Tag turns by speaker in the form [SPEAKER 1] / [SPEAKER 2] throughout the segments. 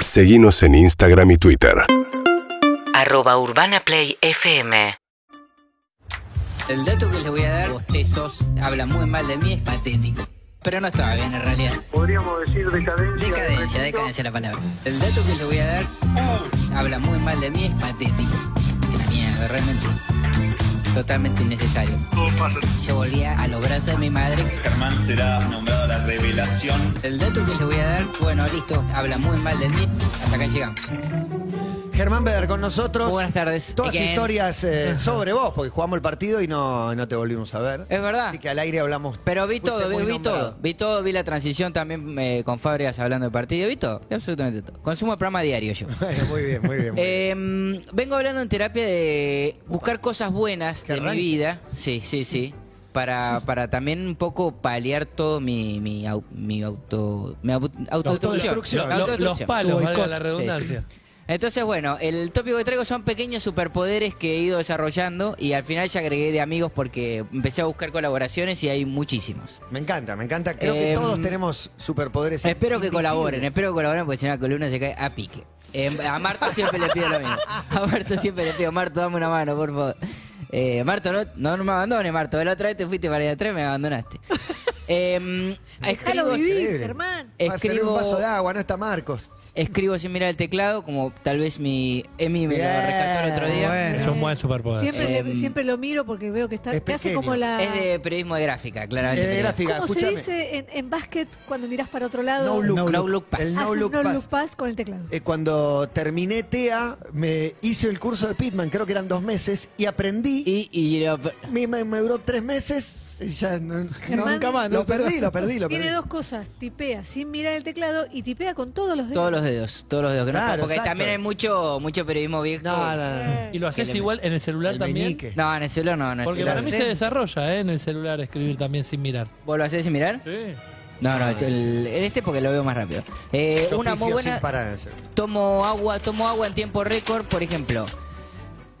[SPEAKER 1] Seguimos en Instagram y Twitter.
[SPEAKER 2] arroba urbanaplayfm.
[SPEAKER 3] El dato que les voy a dar, bostezos, habla muy mal de mí, es patético. Pero no estaba bien en realidad.
[SPEAKER 4] podríamos decir decadencia.
[SPEAKER 3] Decadencia, decadencia la palabra. El dato que les voy a dar, habla muy mal de mí, es patético. Que la mierda, realmente. Totalmente innecesario.
[SPEAKER 4] Todo pasa.
[SPEAKER 3] Yo volvía a los brazos de mi madre.
[SPEAKER 5] Germán será nombrado la revelación.
[SPEAKER 3] El dato que les voy a dar, bueno, listo, habla muy mal de mí. Hasta acá llegamos.
[SPEAKER 6] Germán Beder con nosotros.
[SPEAKER 7] Muy buenas tardes.
[SPEAKER 6] Todas
[SPEAKER 7] Again.
[SPEAKER 6] historias eh, sobre vos, porque jugamos el partido y no, no te volvimos a ver.
[SPEAKER 7] Es verdad.
[SPEAKER 6] Así que al aire hablamos.
[SPEAKER 7] Pero vi
[SPEAKER 6] Fuiste
[SPEAKER 7] todo, vi,
[SPEAKER 6] muy
[SPEAKER 7] vi
[SPEAKER 6] nombrado.
[SPEAKER 7] todo. Vi todo, vi la transición también eh, con Fabrias hablando de partido. Vi todo, vi absolutamente todo. Consumo el programa diario yo.
[SPEAKER 6] muy bien, muy bien. muy
[SPEAKER 7] Eh,
[SPEAKER 6] bien.
[SPEAKER 7] vengo hablando en terapia de buscar cosas buenas
[SPEAKER 6] Qué
[SPEAKER 7] de mi
[SPEAKER 6] arranque.
[SPEAKER 7] vida. Sí, sí, sí. Para, para también un poco paliar todo mi, mi, au- mi auto. Mi au- autodestrucción.
[SPEAKER 8] Lo-
[SPEAKER 6] Autodestrucción.
[SPEAKER 8] los
[SPEAKER 7] Autodestrucción.
[SPEAKER 8] palos,
[SPEAKER 6] Tu
[SPEAKER 8] valga
[SPEAKER 6] boicot.
[SPEAKER 8] la redundancia.
[SPEAKER 7] Entonces, bueno, el tópico que traigo son pequeños superpoderes que he ido desarrollando y al final ya agregué de amigos porque empecé a buscar colaboraciones y hay muchísimos.
[SPEAKER 6] Me encanta, me encanta. Creo que
[SPEAKER 7] Eh,
[SPEAKER 6] todos tenemos superpoderes.
[SPEAKER 7] espero que
[SPEAKER 6] invisibles.
[SPEAKER 7] colaboren, espero que colaboren porque si no la columna se cae a pique. Eh, a Marto siempre le pido lo mismo. A Marto siempre le pido, Marto, dame una mano, por favor. Eh, Marto, no, no, no me abandones, Marto. La otra vez te fuiste para allá atrás y me abandonaste. Eh,
[SPEAKER 6] Algo
[SPEAKER 7] escribo,
[SPEAKER 6] increíble.
[SPEAKER 9] Germán.
[SPEAKER 6] Va a servir un
[SPEAKER 7] Escribo-
[SPEAKER 6] vaso de agua, no está Marcos.
[SPEAKER 7] escribo sin mirar el teclado, como tal vez mi Emi me lo
[SPEAKER 6] Bien,
[SPEAKER 7] rescató el otro día.
[SPEAKER 6] bueno.
[SPEAKER 8] Es un buen superpoder.
[SPEAKER 9] Siempre,
[SPEAKER 7] Eh,
[SPEAKER 9] siempre lo miro porque veo que está.
[SPEAKER 6] es
[SPEAKER 9] te hace
[SPEAKER 6] pequeño.
[SPEAKER 9] como la.
[SPEAKER 7] Es de periodismo de gráfica, claramente.
[SPEAKER 6] Eh, de
[SPEAKER 7] periodismo.
[SPEAKER 6] gráfica,
[SPEAKER 9] ¿Cómo se
[SPEAKER 6] escúchame.
[SPEAKER 9] dice en, en básquet cuando mirás para otro lado?
[SPEAKER 6] No look,
[SPEAKER 7] No look pass.
[SPEAKER 6] El
[SPEAKER 9] Haces
[SPEAKER 6] no look pass.
[SPEAKER 9] pass con el teclado.
[SPEAKER 6] Eh, cuando terminé TEA, me hice el curso de Pitman, creo que eran dos meses, y aprendí.
[SPEAKER 7] Y, y lo-
[SPEAKER 6] Me, me- me duró tres meses y ya no-
[SPEAKER 9] Germán,
[SPEAKER 6] nunca más. Lo perdí, lo perdí, lo perdí.
[SPEAKER 9] Tiene dos cosas, tipea sin mirar el teclado y tipea con todos los dedos.
[SPEAKER 7] todos los dedos, todos los dedos. que no
[SPEAKER 6] Claro,
[SPEAKER 7] está- porque
[SPEAKER 6] exacto.
[SPEAKER 7] también hay mucho mucho periodismo viejo.
[SPEAKER 6] No, no, no,
[SPEAKER 9] Eh,
[SPEAKER 6] no.
[SPEAKER 8] ¿Y lo haces
[SPEAKER 7] Elemento.
[SPEAKER 8] igual en el celular
[SPEAKER 6] El
[SPEAKER 8] también?
[SPEAKER 6] meñique.
[SPEAKER 7] No, en el celular no, no. en el
[SPEAKER 8] Porque
[SPEAKER 6] El
[SPEAKER 7] celular.
[SPEAKER 8] para mí se
[SPEAKER 6] acento.
[SPEAKER 8] desarrolla ¿eh? en el celular escribir también sin mirar.
[SPEAKER 7] ¿Vos lo hacés sin mirar?
[SPEAKER 8] Sí.
[SPEAKER 7] No, no, el- en este porque lo veo más rápido. Eh,
[SPEAKER 6] Ah. Yo
[SPEAKER 7] una muy
[SPEAKER 6] pifio
[SPEAKER 7] buena.
[SPEAKER 6] sin parar.
[SPEAKER 7] Tomo agua, tomo agua en tiempo récord, por ejemplo.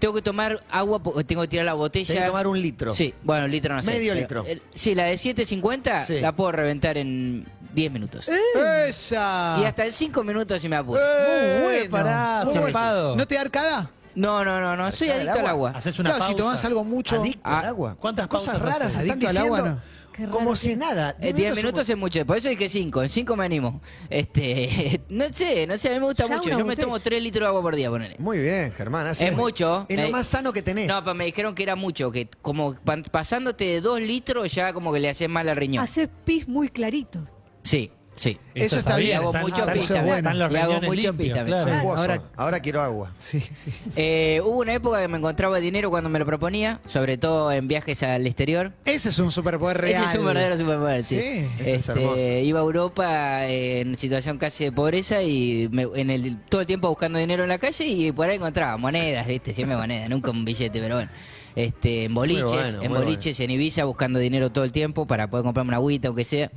[SPEAKER 7] Tengo que tomar agua porque tengo que tirar la botella.
[SPEAKER 6] Tenés que tomar un litro.
[SPEAKER 7] Sí, bueno, litro no sé.
[SPEAKER 6] Medio
[SPEAKER 7] pero-
[SPEAKER 6] litro.
[SPEAKER 7] el- sí, la de 7.50
[SPEAKER 6] Sí.
[SPEAKER 7] la puedo reventar en 10 minutos.
[SPEAKER 6] Eh.
[SPEAKER 10] ¡Esa!
[SPEAKER 7] Y hasta en 5 minutos si me apuro.
[SPEAKER 10] Muy
[SPEAKER 8] bueno.
[SPEAKER 10] bueno. Pará,
[SPEAKER 8] Muy bueno.
[SPEAKER 10] zarpado. ¿No te da arcada?
[SPEAKER 7] No, no, no, no, soy
[SPEAKER 6] Arcada del
[SPEAKER 7] adicto al
[SPEAKER 6] agua.
[SPEAKER 7] agua.
[SPEAKER 8] Haces una
[SPEAKER 10] Claro, si
[SPEAKER 8] pausa.
[SPEAKER 10] tomás algo mucho.
[SPEAKER 6] Adicto
[SPEAKER 7] Ah,
[SPEAKER 6] al agua.
[SPEAKER 8] ¿cuántas
[SPEAKER 6] cosas
[SPEAKER 8] pausas
[SPEAKER 6] raras
[SPEAKER 8] haces?
[SPEAKER 6] están
[SPEAKER 10] Adicto al
[SPEAKER 6] diciendo?
[SPEAKER 10] agua, no.
[SPEAKER 9] Qué raro
[SPEAKER 6] Como
[SPEAKER 9] que
[SPEAKER 6] si
[SPEAKER 9] es.
[SPEAKER 6] nada. Diez
[SPEAKER 7] 10 Eh, minutos, es mucho, por eso dije 5, en 5 me animo. Este, no sé, no sé, a mí me gusta
[SPEAKER 9] Ya
[SPEAKER 7] mucho.
[SPEAKER 9] una
[SPEAKER 7] Yo me
[SPEAKER 9] botella.
[SPEAKER 7] tomo 3 litros de agua por día, ponele.
[SPEAKER 6] Muy bien, Germán. así
[SPEAKER 7] Es mucho.
[SPEAKER 6] Es lo
[SPEAKER 7] Eh,
[SPEAKER 6] más sano que tenés.
[SPEAKER 7] No, pero me dijeron que era mucho, que como pan- pasándote de 2 litros ya como que le haces mal al riñón.
[SPEAKER 9] Haces pis muy clarito.
[SPEAKER 7] Sí, sí.
[SPEAKER 10] Eso está bien,
[SPEAKER 7] hago
[SPEAKER 8] están-
[SPEAKER 7] mucho
[SPEAKER 8] están-
[SPEAKER 10] pis
[SPEAKER 8] están
[SPEAKER 10] también.
[SPEAKER 8] los
[SPEAKER 7] Y hago
[SPEAKER 8] riñones
[SPEAKER 7] mucho pis
[SPEAKER 8] limpios,
[SPEAKER 7] también,
[SPEAKER 8] claro.
[SPEAKER 6] Soy guoso.
[SPEAKER 10] ahora-
[SPEAKER 6] Ahora quiero agua.
[SPEAKER 10] Sí, sí.
[SPEAKER 7] Eh, hubo una época que me encontraba dinero cuando me lo proponía, sobre todo en viajes al exterior.
[SPEAKER 10] Ese es un superpoder real.
[SPEAKER 7] Ese es un verdadero superpoder, sí.
[SPEAKER 10] Sí, eso
[SPEAKER 6] es
[SPEAKER 7] Este,
[SPEAKER 6] hermoso.
[SPEAKER 7] iba a Europa eh, en situación casi de pobreza y me- en el, todo el tiempo buscando dinero en la calle y por ahí encontraba monedas, ¿viste? Siempre monedas, nunca un billete, pero bueno. Este, en boliches,
[SPEAKER 6] Muy bueno,
[SPEAKER 7] en
[SPEAKER 6] muy
[SPEAKER 7] boliches, en Ibiza, buscando dinero todo el tiempo para poder comprarme una agüita, aunque sea.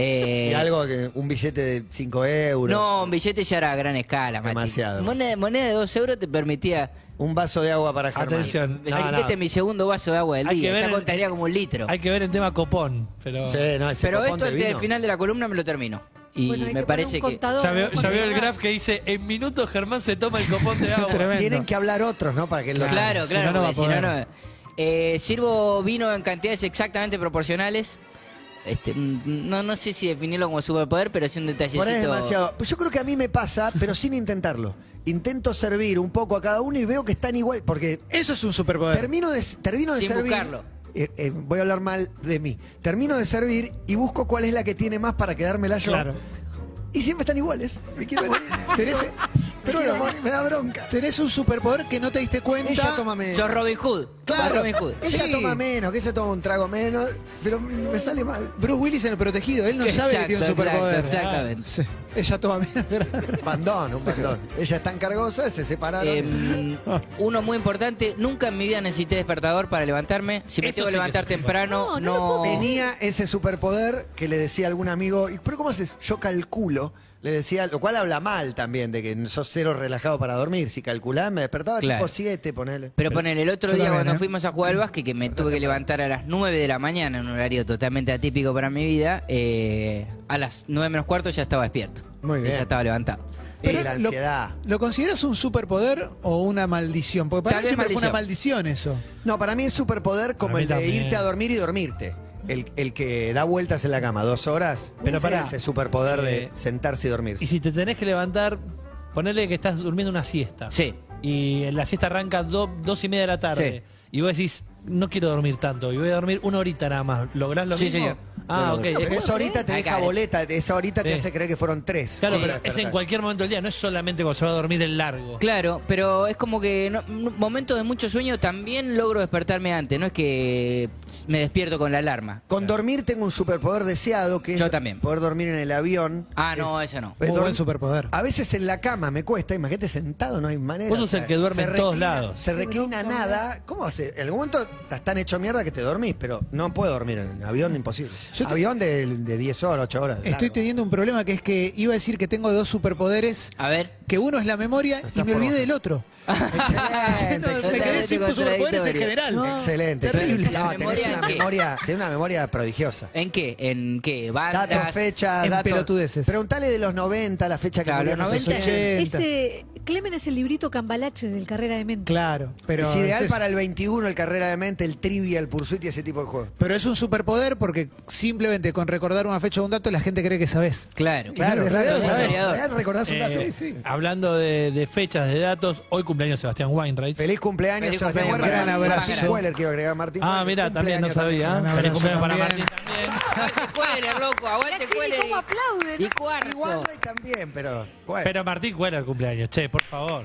[SPEAKER 7] Eh,
[SPEAKER 6] y algo que un billete de 5 euros.
[SPEAKER 7] no, un billete ya era a gran escala, Mati.
[SPEAKER 6] Demasiado.
[SPEAKER 7] Moneda, moneda de 2 euros te permitía...
[SPEAKER 6] Un vaso de agua para Germán.
[SPEAKER 8] Atención.
[SPEAKER 6] No,
[SPEAKER 7] Este
[SPEAKER 6] no.
[SPEAKER 7] es mi segundo vaso de agua del
[SPEAKER 8] Hay que
[SPEAKER 7] día,
[SPEAKER 8] ver
[SPEAKER 7] ya
[SPEAKER 8] el-
[SPEAKER 7] contaría como un litro.
[SPEAKER 8] Hay que ver el tema copón, pero
[SPEAKER 6] Sí, no, ese
[SPEAKER 7] Pero
[SPEAKER 6] copón
[SPEAKER 7] esto
[SPEAKER 6] de
[SPEAKER 7] antes del
[SPEAKER 6] vino.
[SPEAKER 7] final de la columna me lo termino. Y
[SPEAKER 9] Bueno, hay
[SPEAKER 7] me
[SPEAKER 9] que poner
[SPEAKER 7] parece
[SPEAKER 9] un
[SPEAKER 7] que...
[SPEAKER 9] contador,
[SPEAKER 8] ya veo,
[SPEAKER 9] ¿no?
[SPEAKER 8] ya veo el
[SPEAKER 9] Porque
[SPEAKER 8] graph que dice en minutos Germán se toma el copón de agua.
[SPEAKER 10] Tremendo.
[SPEAKER 6] Tienen que hablar otros, ¿no? Para que lo
[SPEAKER 7] Claro,
[SPEAKER 8] Si no,
[SPEAKER 7] claro,
[SPEAKER 8] no va
[SPEAKER 7] porque
[SPEAKER 8] a
[SPEAKER 7] si no,
[SPEAKER 8] poder.
[SPEAKER 7] no- Eh, sirvo vino en cantidades exactamente proporcionales. Este, mm, no, no sé si definirlo como superpoder, pero sí un detallecito.
[SPEAKER 6] Por ahí es demasiado. Pues yo creo que a mí me pasa, pero sin intentarlo. Intento servir un poco a cada uno y veo que están igual, porque
[SPEAKER 10] Eso es un superpoder.
[SPEAKER 6] termino de, termino de
[SPEAKER 7] Sin
[SPEAKER 6] servir.
[SPEAKER 7] buscarlo.
[SPEAKER 6] eh, eh, voy a hablar mal de mí. Termino de servir y busco cuál es la que tiene más para quedármela yo.
[SPEAKER 10] Claro.
[SPEAKER 6] Y siempre están iguales. Me quiero Tenés- pero bueno, me da bronca.
[SPEAKER 10] Tenés un superpoder que no te diste cuenta.
[SPEAKER 6] Ella toma menos.
[SPEAKER 7] Sos Robin Hood.
[SPEAKER 10] Claro.
[SPEAKER 7] Sos Robin Hood.
[SPEAKER 6] Ella
[SPEAKER 10] Sí.
[SPEAKER 6] toma menos, que ella toma un trago menos, pero me me sale mal.
[SPEAKER 10] Bruce Willis en el protegido, él no sabe que tiene un
[SPEAKER 7] Exacto, exacto,
[SPEAKER 10] superpoder.
[SPEAKER 7] exactamente.
[SPEAKER 10] Sí. Ella toma menos.
[SPEAKER 6] Bandón, un bandón. Ella es tan cargosa, se separaron.
[SPEAKER 7] Em, uno muy importante, nunca en mi vida necesité despertador para levantarme. Si me
[SPEAKER 8] Eso
[SPEAKER 7] tengo que
[SPEAKER 8] sí que
[SPEAKER 7] levantar
[SPEAKER 8] es un
[SPEAKER 7] temprano,
[SPEAKER 9] superpoder. No, no lo
[SPEAKER 7] no...
[SPEAKER 6] Tenía ese superpoder que le decía a algún amigo, "¿Y- pero ¿cómo haces? Yo calculo, le decía, lo cual habla mal también, de que sos cero relajado para dormir. Si calculás, me despertaba
[SPEAKER 7] Claro.
[SPEAKER 6] tipo 7, ponele.
[SPEAKER 7] Pero ponen el otro
[SPEAKER 10] Yo
[SPEAKER 7] día
[SPEAKER 10] también,
[SPEAKER 7] cuando
[SPEAKER 10] ¿eh?
[SPEAKER 7] fuimos a jugar al básquet, que me tuve que levantar a las 9 de la mañana, en un horario totalmente atípico para mi vida, eh, a las 9 menos cuarto ya estaba despierto.
[SPEAKER 6] Muy
[SPEAKER 7] Ya
[SPEAKER 6] bien.
[SPEAKER 7] estaba levantado.
[SPEAKER 10] Pero
[SPEAKER 6] Y la
[SPEAKER 10] lo-
[SPEAKER 6] ansiedad.
[SPEAKER 10] ¿Lo, consideras un superpoder o una maldición? Porque para
[SPEAKER 7] Tal
[SPEAKER 10] mí
[SPEAKER 7] vez
[SPEAKER 10] siempre fue una maldición eso.
[SPEAKER 6] No, para mí es superpoder como
[SPEAKER 8] Para mí
[SPEAKER 6] el de
[SPEAKER 8] también.
[SPEAKER 6] irte a dormir y dormirte. El, el que da vueltas en la cama dos horas.
[SPEAKER 8] Pero
[SPEAKER 6] Sí,
[SPEAKER 8] pará.
[SPEAKER 6] Ese superpoder
[SPEAKER 8] Eh,
[SPEAKER 6] de sentarse y dormirse.
[SPEAKER 8] Y si te tenés que levantar, ponele que estás durmiendo una siesta.
[SPEAKER 7] Sí.
[SPEAKER 8] Y la siesta arranca do- dos y media de la tarde. Y vos decís, no quiero dormir tanto. Y voy a dormir una horita nada más. ¿Lográs lo
[SPEAKER 7] Sí,
[SPEAKER 8] mismo?
[SPEAKER 7] señor.
[SPEAKER 8] Ah,
[SPEAKER 7] Lo
[SPEAKER 8] ok.
[SPEAKER 7] logro.
[SPEAKER 8] Es-
[SPEAKER 6] Pero esa horita te
[SPEAKER 7] Acá,
[SPEAKER 6] deja
[SPEAKER 7] eh.
[SPEAKER 6] boleta, esa horita te
[SPEAKER 8] Sí.
[SPEAKER 6] hace creer que fueron tres.
[SPEAKER 8] Claro,
[SPEAKER 6] Sí,
[SPEAKER 8] pero es
[SPEAKER 6] despertar.
[SPEAKER 8] en cualquier momento del día, no es solamente cuando se va a dormir el largo.
[SPEAKER 7] Claro, pero es como que no, no- momentos de mucho sueño también logro despertarme antes, no es que me despierto con la alarma.
[SPEAKER 6] Con dormir tengo un superpoder deseado que es
[SPEAKER 7] Yo también.
[SPEAKER 6] poder dormir en el avión.
[SPEAKER 7] Ah, no, eso no.
[SPEAKER 10] Muy
[SPEAKER 6] dorm-
[SPEAKER 10] buen superpoder.
[SPEAKER 6] A veces en la cama me cuesta, imagínate sentado, no hay manera.
[SPEAKER 8] Vos sos el que duerme
[SPEAKER 6] se
[SPEAKER 8] en todos
[SPEAKER 6] reclina-
[SPEAKER 8] lados.
[SPEAKER 6] Se reclina
[SPEAKER 9] bronca,
[SPEAKER 6] nada. ¿Cómo hace? En algún momento estás tan hecho mierda que te dormís, pero no puedo dormir en avión, imposible.
[SPEAKER 10] Yo te-
[SPEAKER 6] Avión de, de 10 horas, 8 horas.
[SPEAKER 10] Estoy
[SPEAKER 6] largo.
[SPEAKER 10] teniendo un problema que es que iba a decir que tengo dos superpoderes,
[SPEAKER 7] A ver.
[SPEAKER 10] que uno es la memoria
[SPEAKER 6] Ah. Estás
[SPEAKER 10] y me
[SPEAKER 6] por
[SPEAKER 10] olvidé
[SPEAKER 6] baja.
[SPEAKER 10] del otro.
[SPEAKER 6] Excelente,
[SPEAKER 10] No, me quedé
[SPEAKER 6] excelente.
[SPEAKER 10] sin superpoderes en
[SPEAKER 7] contradictorio.
[SPEAKER 10] general.
[SPEAKER 6] Excelente.
[SPEAKER 10] Terrible.
[SPEAKER 6] No,
[SPEAKER 7] La
[SPEAKER 6] tenés
[SPEAKER 7] memoria
[SPEAKER 6] una
[SPEAKER 7] en qué.
[SPEAKER 6] memoria, tenés una memoria prodigiosa.
[SPEAKER 7] ¿En qué? ¿En qué? ¿Bandas?
[SPEAKER 6] Datos, fechas,
[SPEAKER 10] en
[SPEAKER 6] datos.
[SPEAKER 10] pelotudeces.
[SPEAKER 6] Preguntale de los 90, la fecha que
[SPEAKER 7] Claro,
[SPEAKER 6] murió,
[SPEAKER 7] los
[SPEAKER 6] no sé,
[SPEAKER 7] 90
[SPEAKER 6] 80.
[SPEAKER 9] Ese, Clemen es el librito cambalache del Carrera de Mente.
[SPEAKER 10] Claro, pero
[SPEAKER 6] es ideal
[SPEAKER 10] eso.
[SPEAKER 6] para el 21, el carrera de mente, el trivia, el pursuit y ese tipo de juegos.
[SPEAKER 10] Pero es un superpoder porque simplemente con recordar una fecha o un dato la gente cree que sabes.
[SPEAKER 7] Claro.
[SPEAKER 6] Claro,
[SPEAKER 10] en
[SPEAKER 6] claro,
[SPEAKER 10] realidad
[SPEAKER 6] sabés,
[SPEAKER 7] historiador.
[SPEAKER 6] ¿verdad? recordás un dato.
[SPEAKER 8] Eh, Hablando de, de fechas, de datos, hoy cumpleaños Sebastián Weinreich.
[SPEAKER 6] Feliz cumpleaños,
[SPEAKER 7] Feliz
[SPEAKER 6] Sebastián
[SPEAKER 7] cumpleaños,
[SPEAKER 6] Huerta.
[SPEAKER 10] gran
[SPEAKER 6] Un
[SPEAKER 10] abrazo.
[SPEAKER 6] Spoiler quiero agregar, Martín.
[SPEAKER 8] ah, mira, también no
[SPEAKER 6] Cumpleaños
[SPEAKER 8] sabía.
[SPEAKER 10] también. Un
[SPEAKER 8] Feliz
[SPEAKER 10] abrazo
[SPEAKER 8] cumpleaños para Martín
[SPEAKER 10] también.
[SPEAKER 8] también.
[SPEAKER 7] Aguante Queller, loco, aguante
[SPEAKER 9] Mira, Chini,
[SPEAKER 7] Queller.
[SPEAKER 9] cómo aplaude,
[SPEAKER 7] Este Y,
[SPEAKER 9] ¿no?
[SPEAKER 7] y cuarzo.
[SPEAKER 6] Igual Rey también, pero. bueno.
[SPEAKER 8] Pero Martín Cueller cumpleaños, che, por favor.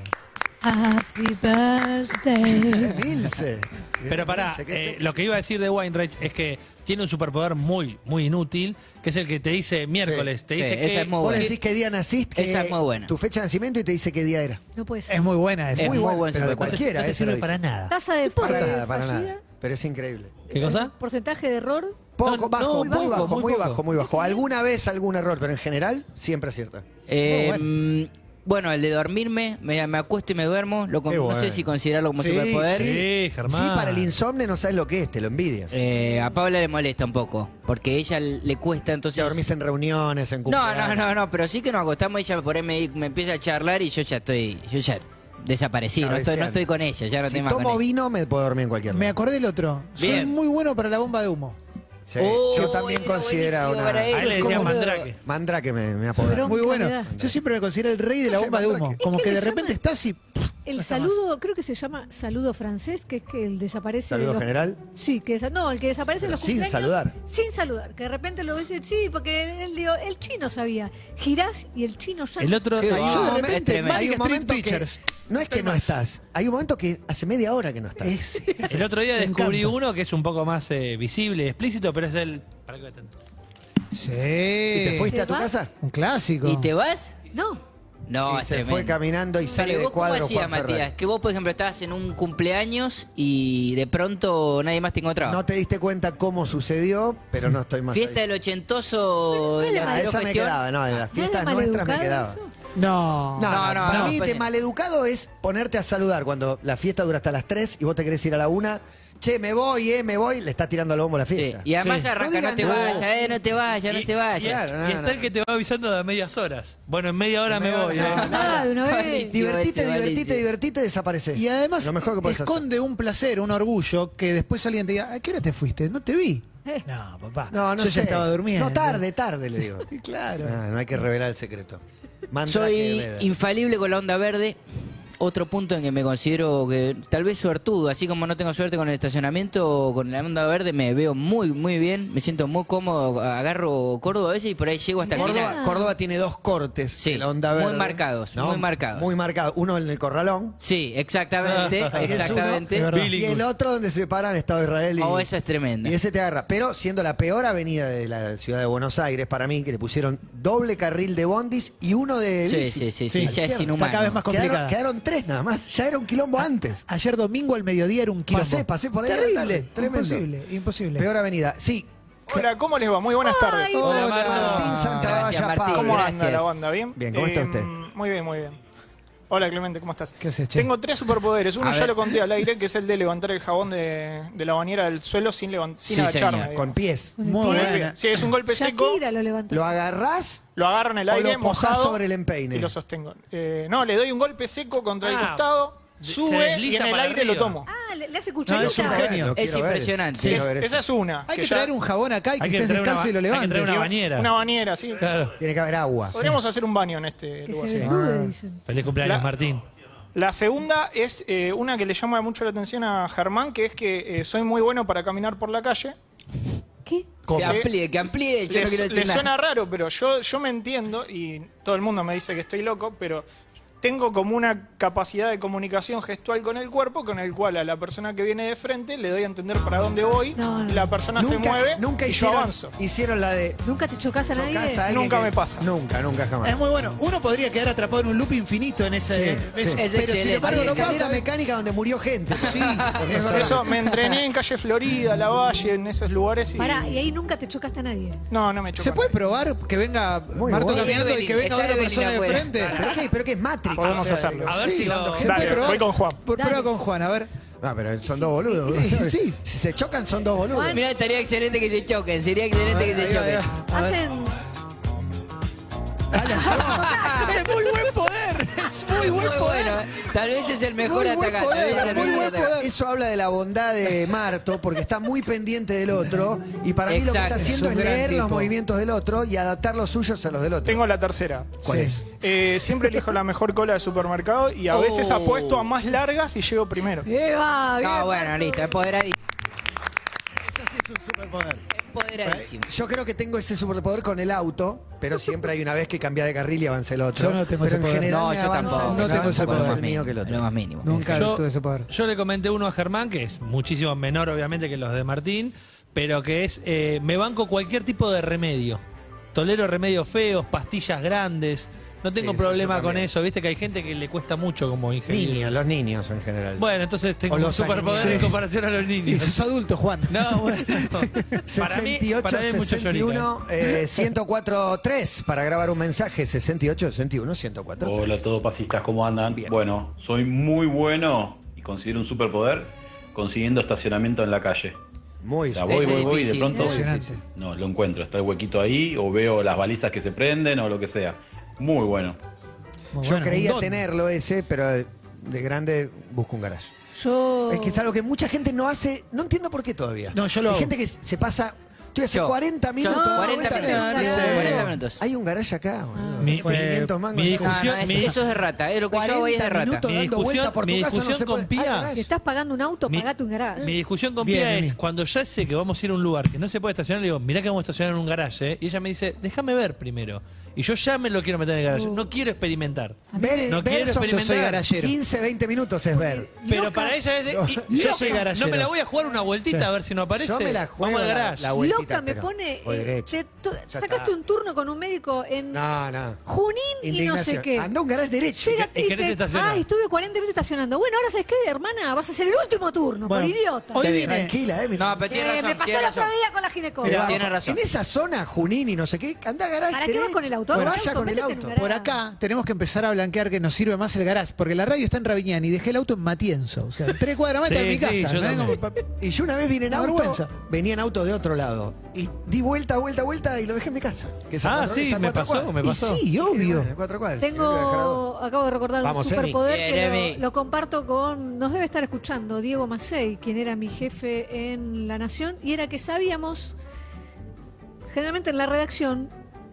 [SPEAKER 9] Happy birthday.
[SPEAKER 6] De Milce. De
[SPEAKER 8] Pero pará,
[SPEAKER 6] Milce, qué
[SPEAKER 8] eh,
[SPEAKER 6] sexy.
[SPEAKER 8] lo que iba a decir de Weinreich es que tiene un superpoder muy, muy inútil, que es el que te dice miércoles, te
[SPEAKER 7] Sí,
[SPEAKER 8] dice
[SPEAKER 7] esa
[SPEAKER 8] que
[SPEAKER 7] es muy
[SPEAKER 6] Vos
[SPEAKER 7] buena.
[SPEAKER 6] le decís qué día naciste, que-
[SPEAKER 7] Esa es muy buena.
[SPEAKER 6] tu fecha de nacimiento y te dice qué día era.
[SPEAKER 9] No puede ser.
[SPEAKER 10] Es muy buena esa.
[SPEAKER 7] Es
[SPEAKER 6] muy
[SPEAKER 7] muy
[SPEAKER 6] bueno,
[SPEAKER 7] buen
[SPEAKER 6] pero de
[SPEAKER 7] superpoder.
[SPEAKER 6] cualquiera.
[SPEAKER 8] no te
[SPEAKER 6] eso lo
[SPEAKER 8] sirve para
[SPEAKER 6] dice.
[SPEAKER 8] nada.
[SPEAKER 9] Tasa de
[SPEAKER 6] Para
[SPEAKER 9] fa-
[SPEAKER 6] nada, para
[SPEAKER 9] fallida, eh,
[SPEAKER 6] nada. Pero es increíble.
[SPEAKER 8] ¿Qué cosa?
[SPEAKER 9] porcentaje de error.
[SPEAKER 6] Poco,
[SPEAKER 8] No, no,
[SPEAKER 6] bajo, muy,
[SPEAKER 8] poco,
[SPEAKER 6] bajo,
[SPEAKER 8] muy
[SPEAKER 6] muy
[SPEAKER 8] poco.
[SPEAKER 6] bajo, muy bajo. Alguna vez algún error, pero en general siempre acierta.
[SPEAKER 7] Eh, mm, bueno, el de dormirme, me, me acuesto y me duermo. Lo con-
[SPEAKER 6] Qué
[SPEAKER 7] No
[SPEAKER 6] bueno.
[SPEAKER 7] sé si considerarlo como
[SPEAKER 6] Sí,
[SPEAKER 7] superpoder.
[SPEAKER 8] Sí, Germán.
[SPEAKER 6] Sí, para el insomnio no sabes lo que es, te lo envidias.
[SPEAKER 7] Eh, a Paula le molesta un poco, porque a ella le cuesta entonces...
[SPEAKER 6] Te dormís en reuniones, en
[SPEAKER 7] No,
[SPEAKER 6] cumpleaños.
[SPEAKER 7] no, no, no, pero sí que nos acostamos y ella por ahí me, me empieza a charlar y yo ya estoy, yo ya desaparecí, no estoy, no
[SPEAKER 6] Cabeceando.
[SPEAKER 7] estoy con ella, ya no
[SPEAKER 6] si
[SPEAKER 7] estoy más con
[SPEAKER 6] tomo
[SPEAKER 7] ella.
[SPEAKER 6] vino, me puedo dormir en cualquier
[SPEAKER 10] Me
[SPEAKER 6] lado.
[SPEAKER 10] acordé del otro. Soy
[SPEAKER 7] Bien.
[SPEAKER 10] muy bueno para la bomba de humo.
[SPEAKER 6] Sí,
[SPEAKER 7] Oh,
[SPEAKER 6] yo también
[SPEAKER 7] bueno,
[SPEAKER 6] considero
[SPEAKER 7] buenísimo
[SPEAKER 6] una...
[SPEAKER 7] para él.
[SPEAKER 8] A él le decían
[SPEAKER 7] ¿Cómo?
[SPEAKER 8] mandrake.
[SPEAKER 6] Mandrake me, me
[SPEAKER 9] Pero-
[SPEAKER 6] apodaron.
[SPEAKER 10] Muy
[SPEAKER 9] Nunca
[SPEAKER 10] bueno.
[SPEAKER 9] me da.
[SPEAKER 10] Yo siempre me considero el rey de la
[SPEAKER 6] Sí,
[SPEAKER 10] bomba de humo.
[SPEAKER 6] Mandrake.
[SPEAKER 10] Como
[SPEAKER 9] Es
[SPEAKER 10] que
[SPEAKER 9] que
[SPEAKER 10] de
[SPEAKER 9] le
[SPEAKER 10] repente
[SPEAKER 9] llaman-
[SPEAKER 10] estás y... pff, no
[SPEAKER 9] El
[SPEAKER 10] está más.
[SPEAKER 9] saludo, creo que se llama saludo francés, que es que el desaparece. de
[SPEAKER 6] Saludo
[SPEAKER 9] los-
[SPEAKER 6] general.
[SPEAKER 9] Sí, que desa- no, el que desaparece en
[SPEAKER 6] Pero
[SPEAKER 9] los
[SPEAKER 6] sin
[SPEAKER 9] cumpleaños.
[SPEAKER 6] saludar.
[SPEAKER 9] Sin saludar. Que de repente lo ves y sí, porque el, el, el chino sabía. Girás y el chino ya.
[SPEAKER 8] El
[SPEAKER 9] no-
[SPEAKER 8] otro.
[SPEAKER 7] Qué
[SPEAKER 8] Ay,
[SPEAKER 7] guapo.
[SPEAKER 10] Yo de
[SPEAKER 7] Es
[SPEAKER 10] repente,
[SPEAKER 7] tremendo.
[SPEAKER 10] Manic
[SPEAKER 6] Hay un
[SPEAKER 10] Street
[SPEAKER 6] momento que,
[SPEAKER 10] Preachers.
[SPEAKER 6] no es que no
[SPEAKER 10] más.
[SPEAKER 6] estás, hay un momento que hace media hora que no estás.
[SPEAKER 10] Es-
[SPEAKER 8] El otro día
[SPEAKER 10] Me
[SPEAKER 8] descubrí
[SPEAKER 10] encanta.
[SPEAKER 8] uno que es un poco más eh, visible, explícito, pero es el. ¿Para qué voy a atender?
[SPEAKER 10] Sí.
[SPEAKER 6] ¿Y te fuiste
[SPEAKER 9] ¿Se
[SPEAKER 6] a tu
[SPEAKER 9] va?
[SPEAKER 6] casa?
[SPEAKER 10] Un clásico.
[SPEAKER 7] ¿Y te vas?
[SPEAKER 9] No.
[SPEAKER 7] No,
[SPEAKER 6] y
[SPEAKER 7] es
[SPEAKER 6] se
[SPEAKER 7] tremendo.
[SPEAKER 6] fue caminando y sale
[SPEAKER 7] Pero
[SPEAKER 6] de
[SPEAKER 7] vos
[SPEAKER 6] cuadro
[SPEAKER 7] ¿Cómo hacías,
[SPEAKER 6] Juan Ferrari.
[SPEAKER 7] Matías? Que vos, por ejemplo, estabas en un cumpleaños y de pronto nadie más te encontraba.
[SPEAKER 6] No te diste cuenta cómo sucedió, pero no estoy más
[SPEAKER 7] Fiesta
[SPEAKER 6] ahí.
[SPEAKER 7] del ochentoso de la
[SPEAKER 6] Ah, esa me
[SPEAKER 7] gestión.
[SPEAKER 6] quedaba, no, de las
[SPEAKER 9] ¿No es de
[SPEAKER 6] fiestas nuestras me
[SPEAKER 9] maleducado
[SPEAKER 6] quedaba.
[SPEAKER 9] eso?
[SPEAKER 10] No.
[SPEAKER 6] No, no,
[SPEAKER 7] No, no,
[SPEAKER 6] para
[SPEAKER 7] no,
[SPEAKER 6] mí
[SPEAKER 7] pues
[SPEAKER 6] de
[SPEAKER 7] sí.
[SPEAKER 6] maleducado es ponerte a saludar cuando la fiesta dura hasta las 3 y vos te querés ir a la 1. Che, me voy, eh, me voy. Le estás tirando al bombo la
[SPEAKER 7] Sí,
[SPEAKER 6] fiesta.
[SPEAKER 7] Y además
[SPEAKER 10] Sí.
[SPEAKER 7] arranca,
[SPEAKER 6] No
[SPEAKER 7] no, te
[SPEAKER 6] digan nada.
[SPEAKER 7] vayas, eh, no te vayas, no te
[SPEAKER 8] Y,
[SPEAKER 7] vayas.
[SPEAKER 6] Claro, no,
[SPEAKER 8] y está
[SPEAKER 6] no,
[SPEAKER 8] el que te va avisando de medias horas. Bueno, en media hora
[SPEAKER 6] En
[SPEAKER 8] me
[SPEAKER 6] media
[SPEAKER 8] voy.
[SPEAKER 6] hora,
[SPEAKER 8] eh.
[SPEAKER 6] no.
[SPEAKER 9] Ah, de una vez.
[SPEAKER 6] Divertite,
[SPEAKER 7] Buenísimo,
[SPEAKER 6] divertite,
[SPEAKER 7] buenísimo.
[SPEAKER 6] divertite, desaparece.
[SPEAKER 10] Y además
[SPEAKER 6] lo mejor que podés hacer.
[SPEAKER 10] esconde un placer, un orgullo, que después alguien te diga, ¿a qué hora te fuiste? No te vi.
[SPEAKER 9] Eh.
[SPEAKER 10] No, papá.
[SPEAKER 6] No, no
[SPEAKER 10] Yo
[SPEAKER 6] sé.
[SPEAKER 10] ya estaba durmiendo.
[SPEAKER 6] No, tarde, tarde, le digo.
[SPEAKER 10] Claro.
[SPEAKER 6] Ah, no hay que revelar el secreto. Mandrake
[SPEAKER 7] Soy
[SPEAKER 6] Veda.
[SPEAKER 7] infalible con la onda verde. Otro punto en que me considero que tal vez suertudo, así como no tengo suerte con el estacionamiento, con la onda verde me veo muy, muy bien, me siento muy cómodo, agarro Córdoba a veces y por ahí llego hasta el
[SPEAKER 6] Córdoba,
[SPEAKER 7] final.
[SPEAKER 6] Córdoba tiene dos cortes
[SPEAKER 7] Sí,
[SPEAKER 6] de la onda
[SPEAKER 7] muy
[SPEAKER 6] verde.
[SPEAKER 7] marcados, muy marcados.
[SPEAKER 6] Muy marcados. Uno en el corralón.
[SPEAKER 7] Sí, exactamente,
[SPEAKER 6] es uno,
[SPEAKER 7] exactamente.
[SPEAKER 10] es verdad.
[SPEAKER 6] Y el otro donde se paran Estado de Israel y,
[SPEAKER 7] Oh, esa es tremenda.
[SPEAKER 6] y ese te agarra. Pero siendo la peor avenida de la ciudad de Buenos Aires, para mí, que le pusieron doble carril de bondis y uno de
[SPEAKER 7] Sí,
[SPEAKER 6] bicis.
[SPEAKER 7] sí, sí, sí, ya
[SPEAKER 6] A la
[SPEAKER 7] es
[SPEAKER 6] izquierda.
[SPEAKER 7] inhumano.
[SPEAKER 10] Está cada vez más complicada.
[SPEAKER 6] Quedaron, quedaron tres nada más. Ya era un quilombo antes.
[SPEAKER 10] Ayer domingo al mediodía era un quilombo.
[SPEAKER 6] Pasé, pasé por ahí a la tarde.
[SPEAKER 10] Terrible.
[SPEAKER 6] Tremendo.
[SPEAKER 10] Imposible, imposible.
[SPEAKER 6] Peor avenida. Sí.
[SPEAKER 11] Hola, ¿cómo les va? Muy buenas tardes.
[SPEAKER 10] Hola,
[SPEAKER 6] Martín
[SPEAKER 10] Martín.
[SPEAKER 6] Santa
[SPEAKER 7] Gracias,
[SPEAKER 6] Valla
[SPEAKER 7] Martín.
[SPEAKER 6] Pau.
[SPEAKER 11] ¿Cómo anda
[SPEAKER 7] gracias.
[SPEAKER 11] la banda? ¿Bien?
[SPEAKER 6] Bien, ¿cómo está usted?
[SPEAKER 11] Muy bien, muy bien. Hola Clemente, ¿cómo estás?
[SPEAKER 10] ¿Qué haces, che?
[SPEAKER 11] Tengo tres superpoderes. Uno
[SPEAKER 7] A
[SPEAKER 11] ya
[SPEAKER 7] ver.
[SPEAKER 11] lo conté al aire, que es el de levantar el jabón de, de la bañera del suelo sin, levan- sin
[SPEAKER 7] Sí,
[SPEAKER 11] agacharme.
[SPEAKER 7] señor.
[SPEAKER 11] digamos.
[SPEAKER 6] Con pies.
[SPEAKER 9] Con el
[SPEAKER 10] Muy
[SPEAKER 9] pie.
[SPEAKER 11] Muy bien.
[SPEAKER 10] buena.
[SPEAKER 11] Sí, es un golpe seco,
[SPEAKER 9] Shakira lo levantó.
[SPEAKER 6] Lo agarrás
[SPEAKER 11] lo agarro en el
[SPEAKER 6] o
[SPEAKER 11] aire,
[SPEAKER 6] lo posás
[SPEAKER 11] mojado,
[SPEAKER 6] sobre el empeine.
[SPEAKER 11] y lo sostengo. Eh, no, le doy un golpe seco contra el
[SPEAKER 8] Ah,
[SPEAKER 11] costado,
[SPEAKER 8] de- se
[SPEAKER 11] sube y
[SPEAKER 8] desliza
[SPEAKER 11] en el
[SPEAKER 8] para
[SPEAKER 11] aire
[SPEAKER 8] arriba.
[SPEAKER 11] lo tomo.
[SPEAKER 9] Ah, le, le hace
[SPEAKER 10] No,
[SPEAKER 9] cucharita.
[SPEAKER 10] es un genio.
[SPEAKER 6] Lo
[SPEAKER 7] Es
[SPEAKER 6] quiero ver.
[SPEAKER 7] impresionante.
[SPEAKER 6] Sí,
[SPEAKER 11] Es-
[SPEAKER 6] quiero ver
[SPEAKER 11] esa es
[SPEAKER 6] eso.
[SPEAKER 11] una.
[SPEAKER 10] Hay que,
[SPEAKER 11] ya-
[SPEAKER 10] traer un jabón acá y que
[SPEAKER 8] Hay que
[SPEAKER 10] estés
[SPEAKER 8] traer una
[SPEAKER 10] descalzo
[SPEAKER 8] ba-
[SPEAKER 10] y lo
[SPEAKER 8] hay que
[SPEAKER 10] levantes.
[SPEAKER 8] traer una bañera.
[SPEAKER 11] Una bañera, sí.
[SPEAKER 8] Claro.
[SPEAKER 6] Tiene que haber agua.
[SPEAKER 11] Podríamos hacer un baño en este
[SPEAKER 9] que
[SPEAKER 11] lugar.
[SPEAKER 9] se
[SPEAKER 6] Ah.
[SPEAKER 9] desnude, dicen.
[SPEAKER 8] Feliz cumpleaños,
[SPEAKER 11] La-
[SPEAKER 8] Martín.
[SPEAKER 11] La segunda es eh, una que le llama mucho la atención a Germán, que es que eh, soy muy bueno para caminar por la calle.
[SPEAKER 9] ¿Qué?
[SPEAKER 7] Que amplíe, que amplíe. Yo
[SPEAKER 11] Le,
[SPEAKER 7] no quiero decir
[SPEAKER 11] le
[SPEAKER 7] nada.
[SPEAKER 11] ¿Eh? suena raro, pero yo, yo me entiendo y todo el mundo me dice que estoy loco, pero tengo como una capacidad de comunicación gestual con el cuerpo, con el cual a la persona que viene de frente le doy a entender para dónde voy,
[SPEAKER 9] No, no.
[SPEAKER 11] y la persona se mueve
[SPEAKER 6] nunca
[SPEAKER 11] y
[SPEAKER 6] hicieron,
[SPEAKER 11] yo avanzo.
[SPEAKER 6] hicieron la de.
[SPEAKER 9] ¿Nunca te chocas a nadie?
[SPEAKER 6] chocás a alguien
[SPEAKER 11] Nunca
[SPEAKER 6] que-
[SPEAKER 11] me pasa.
[SPEAKER 6] Nunca, nunca jamás.
[SPEAKER 10] Es muy bueno. Uno podría quedar atrapado en un loop infinito en ese.
[SPEAKER 6] Sí,
[SPEAKER 10] en
[SPEAKER 6] sí.
[SPEAKER 10] ese-
[SPEAKER 6] Es
[SPEAKER 10] Pero sin
[SPEAKER 7] excelente.
[SPEAKER 10] embargo,
[SPEAKER 6] Hay
[SPEAKER 10] no
[SPEAKER 6] escalera
[SPEAKER 10] pasa.
[SPEAKER 6] mecánica donde murió gente.
[SPEAKER 10] Sí,
[SPEAKER 6] Porque
[SPEAKER 10] es
[SPEAKER 11] Por eso me entrené en calle Florida, La Valle, en esos lugares y...
[SPEAKER 9] Pará, y ahí nunca te chocaste a nadie.
[SPEAKER 11] No, no me choca.
[SPEAKER 10] ¿Se puede probar que venga
[SPEAKER 6] Muy
[SPEAKER 10] Marto
[SPEAKER 6] bueno.
[SPEAKER 10] caminando y que venga
[SPEAKER 7] Está
[SPEAKER 10] otra
[SPEAKER 7] Evelyn
[SPEAKER 10] persona de
[SPEAKER 7] afuera.
[SPEAKER 10] frente?
[SPEAKER 6] ¿Pero qué? ¿Pero qué es Matrix?
[SPEAKER 11] Podemos hacerlo.
[SPEAKER 6] digo,
[SPEAKER 8] A ver
[SPEAKER 6] sí,
[SPEAKER 8] si lo-
[SPEAKER 6] cuando-
[SPEAKER 10] ¿Se
[SPEAKER 11] Dale,
[SPEAKER 10] puede probar?
[SPEAKER 11] voy con Juan.
[SPEAKER 10] Por-
[SPEAKER 9] Dale.
[SPEAKER 10] Prueba con Juan, a ver.
[SPEAKER 6] No, pero son dos boludos.
[SPEAKER 10] Sí.
[SPEAKER 6] Si se chocan, son dos boludos.
[SPEAKER 9] Juan,
[SPEAKER 7] Mira, estaría excelente que se choquen. Sería excelente que
[SPEAKER 10] Ahí
[SPEAKER 7] se
[SPEAKER 10] va, ahí
[SPEAKER 7] choquen.
[SPEAKER 10] va. A ver.
[SPEAKER 9] Hacen.
[SPEAKER 10] Es muy buen poder. Es muy
[SPEAKER 7] Muy
[SPEAKER 10] buen
[SPEAKER 7] bueno.
[SPEAKER 10] poder.
[SPEAKER 7] eh. Tal vez es el mejor
[SPEAKER 10] Muy buen
[SPEAKER 7] atacante. tal vez es el
[SPEAKER 10] poder, muy
[SPEAKER 7] mejor
[SPEAKER 10] buen
[SPEAKER 7] atacante.
[SPEAKER 10] poder.
[SPEAKER 6] Eso habla de la bondad de Marto, porque está muy pendiente del otro. Y para mí lo que está
[SPEAKER 7] Exacto.
[SPEAKER 6] haciendo
[SPEAKER 10] Es
[SPEAKER 6] es,
[SPEAKER 10] un gran
[SPEAKER 6] leer los
[SPEAKER 10] tipo.
[SPEAKER 6] movimientos del otro y adaptar los suyos a los del otro.
[SPEAKER 11] Tengo la tercera.
[SPEAKER 6] ¿Cuál
[SPEAKER 10] Sí.
[SPEAKER 6] es?
[SPEAKER 11] Eh, siempre elijo la mejor cola de supermercado y a
[SPEAKER 7] Oh.
[SPEAKER 11] veces apuesto a más largas y llego primero.
[SPEAKER 9] ¡Eva! bien,
[SPEAKER 7] No, bueno,
[SPEAKER 9] Marco.
[SPEAKER 7] listo. Empoderadísimo.
[SPEAKER 10] Es un superpoder. Eh,
[SPEAKER 7] Empoderadísimo.
[SPEAKER 6] Yo creo que tengo ese superpoder con el auto, pero siempre hay una vez que cambia de carril y avanza el otro.
[SPEAKER 10] Yo no tengo
[SPEAKER 6] pero
[SPEAKER 10] ese
[SPEAKER 6] en
[SPEAKER 10] poder.
[SPEAKER 6] general
[SPEAKER 7] No,
[SPEAKER 6] me
[SPEAKER 7] yo
[SPEAKER 6] avanza-
[SPEAKER 7] tampoco.
[SPEAKER 6] me
[SPEAKER 10] No tengo
[SPEAKER 6] avanza
[SPEAKER 10] ese
[SPEAKER 6] más
[SPEAKER 10] poder.
[SPEAKER 6] el mío que el otro.
[SPEAKER 7] Lo más mínimo.
[SPEAKER 10] Nunca
[SPEAKER 8] Yo-
[SPEAKER 10] tuve ese poder.
[SPEAKER 8] Yo le comenté uno a Germán, que es muchísimo menor, obviamente, que los de Martín, pero que es, eh, me banco cualquier tipo de remedio. Tolero remedios feos, pastillas grandes. No tengo
[SPEAKER 6] Sí, eso
[SPEAKER 8] problema
[SPEAKER 6] yo
[SPEAKER 8] con
[SPEAKER 6] también.
[SPEAKER 8] eso. Viste que hay gente que le cuesta mucho como ingeniero.
[SPEAKER 6] Niños, los niños en general.
[SPEAKER 8] Bueno, entonces tengo
[SPEAKER 6] O
[SPEAKER 8] un
[SPEAKER 6] los
[SPEAKER 8] superpoder en
[SPEAKER 6] animales.
[SPEAKER 8] comparación a los niños.
[SPEAKER 10] Sí, sos adulto, Juan.
[SPEAKER 8] No, bueno. para mí,
[SPEAKER 6] 68
[SPEAKER 8] para mí es mucho llorica.
[SPEAKER 6] 61 eh, 104 3 para grabar un mensaje 68 61 104 3.
[SPEAKER 5] Hola, todos pasistas, ¿cómo andan?
[SPEAKER 6] Bien.
[SPEAKER 5] Bueno, soy muy bueno y considero un superpoder consiguiendo estacionamiento en la calle.
[SPEAKER 6] Muy
[SPEAKER 5] O sea,
[SPEAKER 6] bien.
[SPEAKER 5] voy,
[SPEAKER 7] Eso es
[SPEAKER 5] voy, voy y de
[SPEAKER 7] difícil,
[SPEAKER 5] pronto
[SPEAKER 10] Impresionante.
[SPEAKER 5] no, lo encuentro. Está el huequito ahí o veo las balizas que se prenden o lo que sea. Muy bueno.
[SPEAKER 10] Muy
[SPEAKER 6] Yo
[SPEAKER 10] bueno, un
[SPEAKER 6] creía
[SPEAKER 10] don.
[SPEAKER 6] tenerlo ese, pero de de grande busco un garage.
[SPEAKER 9] Yo.
[SPEAKER 7] Oh.
[SPEAKER 6] Es que es algo que mucha gente no hace, no entiendo por qué todavía.
[SPEAKER 10] No, yo lo
[SPEAKER 6] Hay
[SPEAKER 10] hago.
[SPEAKER 6] gente que se pasa, estoy hace
[SPEAKER 7] Yo.
[SPEAKER 6] 40
[SPEAKER 7] Yo,
[SPEAKER 6] minutos.
[SPEAKER 7] 40
[SPEAKER 6] vuelta,
[SPEAKER 7] minutos,
[SPEAKER 6] dice,
[SPEAKER 7] 40 minutos.
[SPEAKER 6] Hay un garage acá, boludo.
[SPEAKER 8] Mi-
[SPEAKER 6] Cuesta
[SPEAKER 8] eh,
[SPEAKER 6] 500 mangos.
[SPEAKER 8] mi
[SPEAKER 7] No, no,
[SPEAKER 8] discusión-
[SPEAKER 7] es-
[SPEAKER 8] mi-
[SPEAKER 7] eso es de rata. Es lo que yo voy es de
[SPEAKER 6] 40
[SPEAKER 7] rata.
[SPEAKER 6] minutos
[SPEAKER 8] Mi
[SPEAKER 6] dando
[SPEAKER 8] discusión-
[SPEAKER 6] vuelta por
[SPEAKER 8] mi
[SPEAKER 6] tu casa, no
[SPEAKER 8] discusión
[SPEAKER 6] se puede.
[SPEAKER 8] con Pía-
[SPEAKER 6] Hay garage.
[SPEAKER 9] Si estás pagando un auto, pagate un garaje.
[SPEAKER 8] Mi discusión con
[SPEAKER 10] Bien,
[SPEAKER 8] Pía
[SPEAKER 10] Emi.
[SPEAKER 8] es cuando ya sé que vamos a ir a un lugar que no se puede estacionar, le digo, mirá que vamos a estacionar en un garaje. ¿eh?". Y ella me dice, déjame ver primero. Y yo ya me lo quiero meter en el garaje. No quiero experimentar.
[SPEAKER 6] Ver,
[SPEAKER 8] No
[SPEAKER 6] ver
[SPEAKER 8] quiero
[SPEAKER 6] son-
[SPEAKER 10] Yo soy
[SPEAKER 8] experimentar.
[SPEAKER 10] garallero.
[SPEAKER 6] 15, 20 minutos es ver.
[SPEAKER 8] Pero
[SPEAKER 9] Loca.
[SPEAKER 8] para ella es de. y-
[SPEAKER 10] Yo
[SPEAKER 8] no,
[SPEAKER 10] soy
[SPEAKER 8] no,
[SPEAKER 10] garallero.
[SPEAKER 8] No me la voy a jugar una vueltita
[SPEAKER 10] Sí.
[SPEAKER 8] a ver si no aparece.
[SPEAKER 6] Yo me la juego
[SPEAKER 8] Vamos al
[SPEAKER 6] la,
[SPEAKER 8] garage.
[SPEAKER 6] la vueltita.
[SPEAKER 9] Loca me
[SPEAKER 6] pero
[SPEAKER 9] pone.
[SPEAKER 6] voy
[SPEAKER 9] eh,
[SPEAKER 6] derecho.
[SPEAKER 9] te- to-
[SPEAKER 6] Ya
[SPEAKER 9] sacaste
[SPEAKER 6] está.
[SPEAKER 9] un turno con un médico en
[SPEAKER 6] No, no.
[SPEAKER 9] Junín y no sé
[SPEAKER 6] Indignación. Ah,
[SPEAKER 9] qué.
[SPEAKER 6] Andá a un garage derecho.
[SPEAKER 9] Llega
[SPEAKER 8] que-
[SPEAKER 9] y
[SPEAKER 8] es que no te
[SPEAKER 9] dice,
[SPEAKER 8] estaciona.
[SPEAKER 9] ay, estuve 40 minutos estacionando. Bueno, ahora sabes qué, hermana, vas a hacer el último turno,
[SPEAKER 10] Bueno,
[SPEAKER 9] por idiota.
[SPEAKER 10] hoy
[SPEAKER 7] Está bien.
[SPEAKER 10] viene.
[SPEAKER 6] Tranquila, eh. mi-
[SPEAKER 7] No, pero
[SPEAKER 9] Eh,
[SPEAKER 7] tiene razón.
[SPEAKER 9] me pasó
[SPEAKER 7] tiene
[SPEAKER 9] el otro
[SPEAKER 7] razón.
[SPEAKER 9] día con la ginecóloga.
[SPEAKER 6] Pero
[SPEAKER 7] tiene razón.
[SPEAKER 6] En esa zona, Junín y no sé qué, anda a garage
[SPEAKER 9] ¿Para qué vas
[SPEAKER 6] derecho.
[SPEAKER 9] con el auto?
[SPEAKER 6] Bueno,
[SPEAKER 9] Con el
[SPEAKER 6] vaya
[SPEAKER 9] auto,
[SPEAKER 6] con el
[SPEAKER 9] métete en un
[SPEAKER 6] auto.
[SPEAKER 9] garage.
[SPEAKER 10] Por acá tenemos que empezar a blanquear que nos sirve más el garage, porque la radio está en Raviñán y dejé el auto en Matienzo. O sea, en tres cuadras más está
[SPEAKER 8] Sí,
[SPEAKER 10] en mi
[SPEAKER 8] sí,
[SPEAKER 10] casa.
[SPEAKER 8] yo
[SPEAKER 10] ¿no?
[SPEAKER 8] también.
[SPEAKER 10] Como pa-
[SPEAKER 6] Y yo una vez vine en
[SPEAKER 10] Una
[SPEAKER 6] auto,
[SPEAKER 10] vergüenza.
[SPEAKER 6] venía en auto de otro lado. Y di vuelta, vuelta, vuelta y lo dejé en mi casa. que es a
[SPEAKER 8] Ah,
[SPEAKER 6] cuatro-
[SPEAKER 8] sí,
[SPEAKER 6] es a
[SPEAKER 8] me
[SPEAKER 6] cuatro
[SPEAKER 8] pasó,
[SPEAKER 6] cuadras.
[SPEAKER 8] me
[SPEAKER 6] Y
[SPEAKER 8] pasó.
[SPEAKER 6] sí, obvio. Bueno, cuatro cuadras. Tengo que dejar a dos.
[SPEAKER 9] Tengo, acabo de recordar
[SPEAKER 6] Vamos,
[SPEAKER 9] un
[SPEAKER 6] Emi.
[SPEAKER 9] superpoder
[SPEAKER 7] Bien,
[SPEAKER 9] que
[SPEAKER 7] Emi.
[SPEAKER 9] lo, lo comparto con, nos debe estar escuchando, Diego Macei, quien era mi jefe en La Nación, y era que sabíamos, generalmente en la redacción,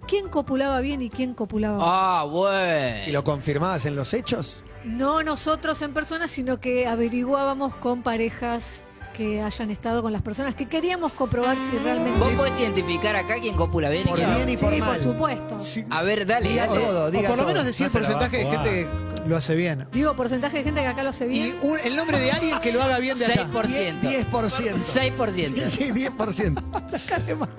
[SPEAKER 9] quién copulaba bien y quién copulaba mal.
[SPEAKER 7] Ah, bueno.
[SPEAKER 6] ¿Y lo confirmabas en los hechos?
[SPEAKER 7] Ah.
[SPEAKER 9] No nosotros en persona, sino que averiguábamos con parejas que hayan estado con las personas que queríamos comprobar si realmente...
[SPEAKER 7] Vos podés identificar acá quién copula bien y
[SPEAKER 6] Por
[SPEAKER 7] quién no.
[SPEAKER 6] bien y por
[SPEAKER 9] Sí, por
[SPEAKER 6] mal.
[SPEAKER 9] supuesto.
[SPEAKER 7] A ver, dale,
[SPEAKER 6] Diga
[SPEAKER 7] dale.
[SPEAKER 6] todo,
[SPEAKER 10] o
[SPEAKER 6] diga
[SPEAKER 10] por lo
[SPEAKER 6] todo.
[SPEAKER 10] menos decir
[SPEAKER 8] No
[SPEAKER 10] el
[SPEAKER 8] se la
[SPEAKER 10] porcentaje de
[SPEAKER 8] va a
[SPEAKER 10] gente que lo hace bien.
[SPEAKER 9] Digo, porcentaje de gente que acá lo hace
[SPEAKER 10] Y
[SPEAKER 9] bien.
[SPEAKER 10] un- el nombre de alguien que lo haga bien de acá.
[SPEAKER 7] 6%.
[SPEAKER 6] 10%.
[SPEAKER 7] 6%.
[SPEAKER 6] Sí, 10%.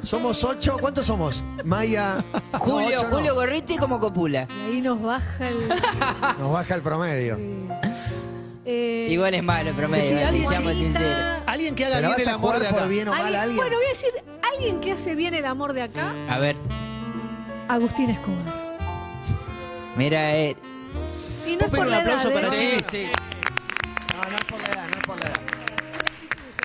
[SPEAKER 6] somos 8. ¿Cuántos somos? Maya. no,
[SPEAKER 7] Julio,
[SPEAKER 6] ocho no.
[SPEAKER 7] Julio Gorriti como copula.
[SPEAKER 9] Y ahí nos baja el...
[SPEAKER 6] Nos baja el promedio.
[SPEAKER 9] eh,
[SPEAKER 7] Igual es malo el promedio, eh,
[SPEAKER 10] Decí a alguien-
[SPEAKER 7] seamos sinceros.
[SPEAKER 9] Bonita.
[SPEAKER 10] Alguien que haga
[SPEAKER 6] ¿Pero
[SPEAKER 10] bien
[SPEAKER 6] vas
[SPEAKER 10] el
[SPEAKER 6] a
[SPEAKER 10] amor de
[SPEAKER 6] jugar
[SPEAKER 10] acá.
[SPEAKER 6] por bien o mal a
[SPEAKER 9] Alguien-
[SPEAKER 6] alguien?
[SPEAKER 9] Bueno, voy a decir, alguien que hace bien el amor de acá,
[SPEAKER 7] A ver,
[SPEAKER 9] Agustín Escobar.
[SPEAKER 7] mira, eh,
[SPEAKER 9] Y no es
[SPEAKER 10] espero
[SPEAKER 9] por
[SPEAKER 10] un
[SPEAKER 9] la
[SPEAKER 10] aplauso
[SPEAKER 9] edad,
[SPEAKER 10] para
[SPEAKER 9] ¿eh?
[SPEAKER 10] Chile.
[SPEAKER 6] No, no es por la edad, no es por la edad.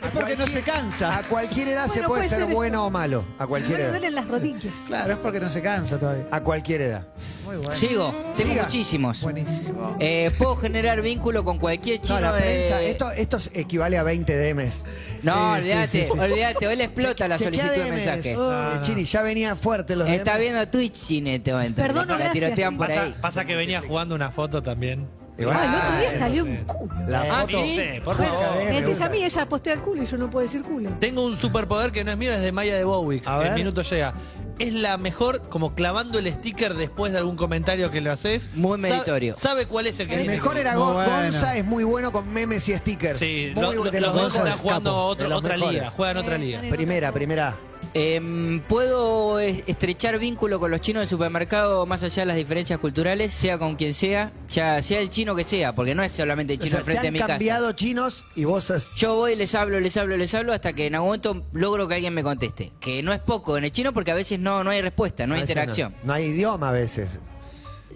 [SPEAKER 10] Es porque no se
[SPEAKER 6] A
[SPEAKER 10] cansa.
[SPEAKER 6] cualquier edad se
[SPEAKER 9] Bueno,
[SPEAKER 6] puede
[SPEAKER 9] puede
[SPEAKER 6] ser
[SPEAKER 9] ser
[SPEAKER 6] bueno o malo. A cualquier
[SPEAKER 9] Me
[SPEAKER 6] edad.
[SPEAKER 9] duelen las rodillas.
[SPEAKER 10] Claro, es porque no se cansa todavía.
[SPEAKER 6] A cualquier edad.
[SPEAKER 10] Muy bueno.
[SPEAKER 7] Sigo, tengo
[SPEAKER 6] Siga.
[SPEAKER 7] muchísimos.
[SPEAKER 10] Buenísimo.
[SPEAKER 7] Eh, puedo generar vínculo con cualquier chino
[SPEAKER 6] No, la
[SPEAKER 7] de-
[SPEAKER 6] prensa, esto, esto equivale a 20 DMs.
[SPEAKER 7] No,
[SPEAKER 10] Sí, sí,
[SPEAKER 7] olvídate,
[SPEAKER 10] sí, sí.
[SPEAKER 7] olvídate, hoy le explota la
[SPEAKER 6] Chequea
[SPEAKER 7] solicitud de
[SPEAKER 6] DMs.
[SPEAKER 7] mensaje. Ah.
[SPEAKER 6] Eh, Chini, ya venía fuerte los
[SPEAKER 7] Está
[SPEAKER 6] DMs.
[SPEAKER 7] viendo Twitch en este momento.
[SPEAKER 9] Perdón, no,
[SPEAKER 7] la
[SPEAKER 9] gracias.
[SPEAKER 7] tirotean por ahí.
[SPEAKER 8] Pasa, pasa que venía jugando una foto también.
[SPEAKER 6] Igual,
[SPEAKER 9] Ah, el otro día
[SPEAKER 6] eh,
[SPEAKER 9] salió un culo.
[SPEAKER 6] La
[SPEAKER 7] Ah,
[SPEAKER 6] foto.
[SPEAKER 7] ¿sí?
[SPEAKER 8] por
[SPEAKER 6] Bueno,
[SPEAKER 8] favor.
[SPEAKER 6] eh,
[SPEAKER 9] Me decís
[SPEAKER 6] gusta.
[SPEAKER 9] a mí, ella postea el culo y yo no puedo decir culo.
[SPEAKER 8] Tengo un superpoder que no es mío, es de Maya de Bowix.
[SPEAKER 6] A ver.
[SPEAKER 8] El minuto llega. Es la mejor, como clavando el sticker después de algún comentario que lo haces.
[SPEAKER 7] Muy
[SPEAKER 8] Sabe-
[SPEAKER 7] meritorio.
[SPEAKER 8] Sabe, cuál es el que
[SPEAKER 6] El
[SPEAKER 9] ¿eh?
[SPEAKER 8] tiene
[SPEAKER 6] mejor
[SPEAKER 8] que-
[SPEAKER 6] era
[SPEAKER 10] Muy
[SPEAKER 6] Gon-
[SPEAKER 10] bueno.
[SPEAKER 6] Gonza, es muy bueno con memes y stickers.
[SPEAKER 8] Sí,
[SPEAKER 6] Muy
[SPEAKER 8] lo-
[SPEAKER 6] bu-
[SPEAKER 8] lo-
[SPEAKER 6] de
[SPEAKER 8] los dos
[SPEAKER 6] mejores,
[SPEAKER 8] están jugando
[SPEAKER 6] capo,
[SPEAKER 8] otro-
[SPEAKER 6] de los
[SPEAKER 8] otra
[SPEAKER 6] mejores.
[SPEAKER 8] liga. Juegan otra
[SPEAKER 9] Eh,
[SPEAKER 8] liga.
[SPEAKER 6] Primera, primera.
[SPEAKER 7] Em, ¿Puedo eh, estrechar vínculo con los chinos del supermercado más allá de las diferencias culturales? Sea con quien sea, ya sea el chino que sea, porque no es solamente el
[SPEAKER 6] O
[SPEAKER 7] chino
[SPEAKER 6] sea, te
[SPEAKER 7] enfrente de
[SPEAKER 6] han
[SPEAKER 7] mi casa.
[SPEAKER 6] cambiado chinos y vos has...
[SPEAKER 7] Yo voy, les hablo, les hablo, les hablo, hasta que en algún momento logro que alguien me conteste. Que no es poco en el chino porque a veces no, no hay respuesta, no hay
[SPEAKER 6] A veces
[SPEAKER 7] interacción.
[SPEAKER 6] No, hay idioma a veces.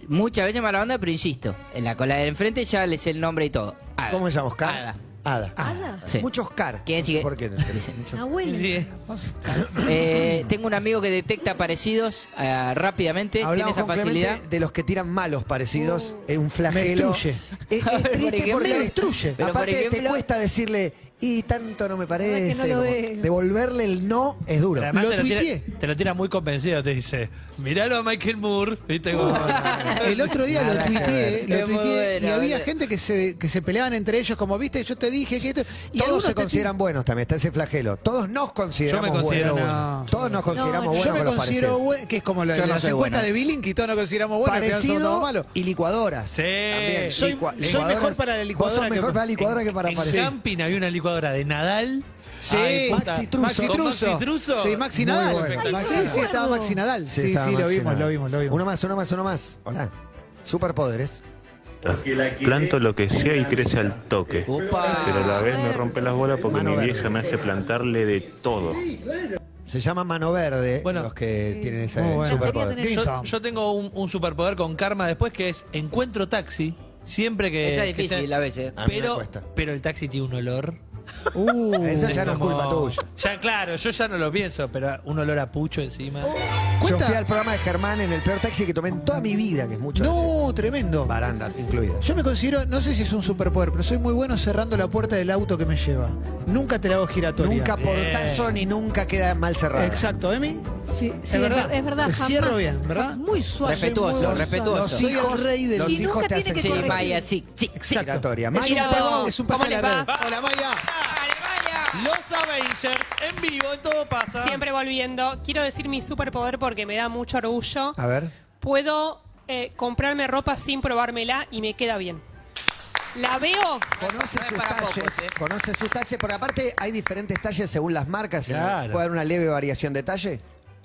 [SPEAKER 7] Muchas veces mala onda, pero insisto, en la cola del enfrente ya les el nombre y todo. Ada.
[SPEAKER 6] ¿Cómo se llama? Oscar.
[SPEAKER 7] Ada.
[SPEAKER 6] Ada.
[SPEAKER 9] Ada.
[SPEAKER 7] Sí.
[SPEAKER 6] Muchos car.
[SPEAKER 7] ¿Quién
[SPEAKER 6] No sé
[SPEAKER 7] sigue?
[SPEAKER 6] ¿Por qué? no sé, muchos-
[SPEAKER 9] Nahuel.
[SPEAKER 10] Sí, eh.
[SPEAKER 7] Eh, tengo un amigo que detecta parecidos ah, rápidamente,
[SPEAKER 6] Hablamos
[SPEAKER 7] tiene
[SPEAKER 6] con
[SPEAKER 7] esa facilidad.
[SPEAKER 6] Clemente de los que tiran malos parecidos. Es un flagelo.
[SPEAKER 10] destruye.
[SPEAKER 6] Es,
[SPEAKER 7] Pero
[SPEAKER 6] es
[SPEAKER 7] por
[SPEAKER 6] triste
[SPEAKER 7] ejemplo-
[SPEAKER 6] porque...
[SPEAKER 7] Me destruye. Pero por
[SPEAKER 6] Aparte te
[SPEAKER 7] ejemplo-
[SPEAKER 6] cuesta decirle... Y tanto no me
[SPEAKER 9] es
[SPEAKER 6] parece.
[SPEAKER 9] que no lo
[SPEAKER 6] como-
[SPEAKER 9] veo.
[SPEAKER 6] devolverle el no es duro.
[SPEAKER 8] Pero además
[SPEAKER 10] Lo
[SPEAKER 8] te, lo tira,
[SPEAKER 10] tuiteé.
[SPEAKER 8] te lo tira muy convencido, te dice, miralo a Michael Moore. ¿Viste? Como-
[SPEAKER 10] Uh. El otro día lo
[SPEAKER 6] Nada que
[SPEAKER 10] tuiteé,
[SPEAKER 7] ver.
[SPEAKER 10] lo
[SPEAKER 7] Es muy
[SPEAKER 10] tuiteé y
[SPEAKER 7] bueno,
[SPEAKER 10] había
[SPEAKER 7] ¿vale?
[SPEAKER 10] gente que se, que se peleaban entre ellos, como viste, yo te dije que esto. Y
[SPEAKER 6] todos
[SPEAKER 10] algunos
[SPEAKER 6] se
[SPEAKER 10] te-
[SPEAKER 6] consideran buenos también, está ese flagelo. Todos nos consideramos
[SPEAKER 8] Yo me considero
[SPEAKER 6] buenos.
[SPEAKER 10] bueno.
[SPEAKER 6] Todos nos consideramos
[SPEAKER 9] No,
[SPEAKER 10] Yo
[SPEAKER 6] buenos
[SPEAKER 10] me
[SPEAKER 6] con los
[SPEAKER 10] considero
[SPEAKER 6] parecidos.
[SPEAKER 10] bueno, que es como la,
[SPEAKER 7] Yo no
[SPEAKER 10] las
[SPEAKER 7] soy
[SPEAKER 10] encuestas
[SPEAKER 7] bueno.
[SPEAKER 10] de Bilinki, todos nos consideramos buenos, al final somos
[SPEAKER 6] Parecido
[SPEAKER 10] todos malos.
[SPEAKER 6] y licuadoras.
[SPEAKER 8] Sí.
[SPEAKER 6] También.
[SPEAKER 8] Soy-
[SPEAKER 6] Licua-
[SPEAKER 10] soy
[SPEAKER 6] licuadoras.
[SPEAKER 10] mejor para la licuadora
[SPEAKER 6] Vos sos
[SPEAKER 10] que-
[SPEAKER 6] mejor para la licuadora que para
[SPEAKER 8] en
[SPEAKER 6] parecido.
[SPEAKER 8] Camping había una licuadora de Nadal.
[SPEAKER 10] Sí,
[SPEAKER 8] Ay, puta.
[SPEAKER 6] Maxi Truso.
[SPEAKER 10] Maxi
[SPEAKER 8] ¿Con
[SPEAKER 10] Truso.
[SPEAKER 8] Maxi Truso?
[SPEAKER 10] Sí, Maxi
[SPEAKER 6] Muy
[SPEAKER 10] Nadal.
[SPEAKER 6] bueno.
[SPEAKER 10] Ay,
[SPEAKER 6] Maxi
[SPEAKER 10] sí,
[SPEAKER 6] Nadal.
[SPEAKER 10] sí, estaba Maxi Nadal. Sí, sí,
[SPEAKER 6] estaba
[SPEAKER 10] lo
[SPEAKER 6] Maxi
[SPEAKER 10] vimos,
[SPEAKER 6] Nadal.
[SPEAKER 10] lo vimos, lo vimos.
[SPEAKER 6] Uno más, uno más, uno más. Hola. Superpoderes.
[SPEAKER 12] Planto lo que sea y crece al toque.
[SPEAKER 7] Upa.
[SPEAKER 12] Pero a la vez me rompe las bolas porque
[SPEAKER 6] Mano
[SPEAKER 12] mi
[SPEAKER 6] verde.
[SPEAKER 12] vieja me hace plantarle de todo.
[SPEAKER 6] Se llama mano verde
[SPEAKER 8] Bueno.
[SPEAKER 6] los que
[SPEAKER 9] Sí.
[SPEAKER 6] tienen Eh, ese
[SPEAKER 10] Muy bueno.
[SPEAKER 6] superpoder.
[SPEAKER 9] Quería
[SPEAKER 8] Yo,
[SPEAKER 9] tener-
[SPEAKER 8] yo tengo un, un superpoder con karma después que es encuentro taxi. Siempre que.
[SPEAKER 7] Esa es
[SPEAKER 8] que sea-
[SPEAKER 7] difícil a veces.
[SPEAKER 6] A mí me
[SPEAKER 8] Pero,
[SPEAKER 6] cuesta.
[SPEAKER 8] pero el taxi tiene un olor.
[SPEAKER 10] Uh,
[SPEAKER 6] Esa ya no es
[SPEAKER 8] Como-
[SPEAKER 6] culpa tuya.
[SPEAKER 8] Ya, claro, yo ya no lo pienso, pero un olor a pucho encima.
[SPEAKER 10] Uh.
[SPEAKER 6] Yo
[SPEAKER 10] Cuenta-
[SPEAKER 6] fui al programa de Germán en el peor taxi que tomé en toda mi vida, que es mucho decir.
[SPEAKER 10] No, tremendo.
[SPEAKER 6] Baranda incluida.
[SPEAKER 10] Yo me considero, no sé si es un superpoder, pero soy muy bueno cerrando la puerta del auto que me lleva. Nunca te la hago giratoria.
[SPEAKER 6] Nunca portazo ni nunca queda mal cerrado.
[SPEAKER 10] Exacto, Emi.
[SPEAKER 9] Sí, sí,
[SPEAKER 10] Es verdad.
[SPEAKER 9] Es verdad
[SPEAKER 10] Te
[SPEAKER 9] jamás.
[SPEAKER 10] cierro bien, ¿verdad?
[SPEAKER 9] Muy suave.
[SPEAKER 7] Respetuoso,
[SPEAKER 9] muy suave.
[SPEAKER 7] respetuoso.
[SPEAKER 6] Los
[SPEAKER 10] Soy el
[SPEAKER 6] hijos,
[SPEAKER 10] rey del-
[SPEAKER 6] los
[SPEAKER 9] Y nunca
[SPEAKER 6] hijos te
[SPEAKER 9] tiene
[SPEAKER 6] hacen
[SPEAKER 9] que
[SPEAKER 7] Sí,
[SPEAKER 9] corregir.
[SPEAKER 7] Maya, sí, sí, sí.
[SPEAKER 10] Exacto.
[SPEAKER 6] Giratoria.
[SPEAKER 10] Es
[SPEAKER 6] Maya,
[SPEAKER 10] un paso, es un paso
[SPEAKER 7] ¿cómo
[SPEAKER 10] a
[SPEAKER 7] le
[SPEAKER 10] la
[SPEAKER 7] va?
[SPEAKER 10] red. Hola, Maya.
[SPEAKER 7] ¡Dale, Maya!
[SPEAKER 8] Los Avengers en vivo, en todo pasa.
[SPEAKER 13] Siempre volviendo, quiero decir mi superpoder porque me da mucho orgullo.
[SPEAKER 6] A ver.
[SPEAKER 13] Puedo eh, comprarme ropa sin probármela y me queda bien. La veo,
[SPEAKER 6] Conoce
[SPEAKER 7] No es
[SPEAKER 6] sus
[SPEAKER 7] para
[SPEAKER 6] talles,
[SPEAKER 7] pocos, ¿eh?
[SPEAKER 6] conoce sus talles, porque aparte hay diferentes talles según las marcas.
[SPEAKER 8] Claro.
[SPEAKER 6] ¿Puede haber una leve variación de talle?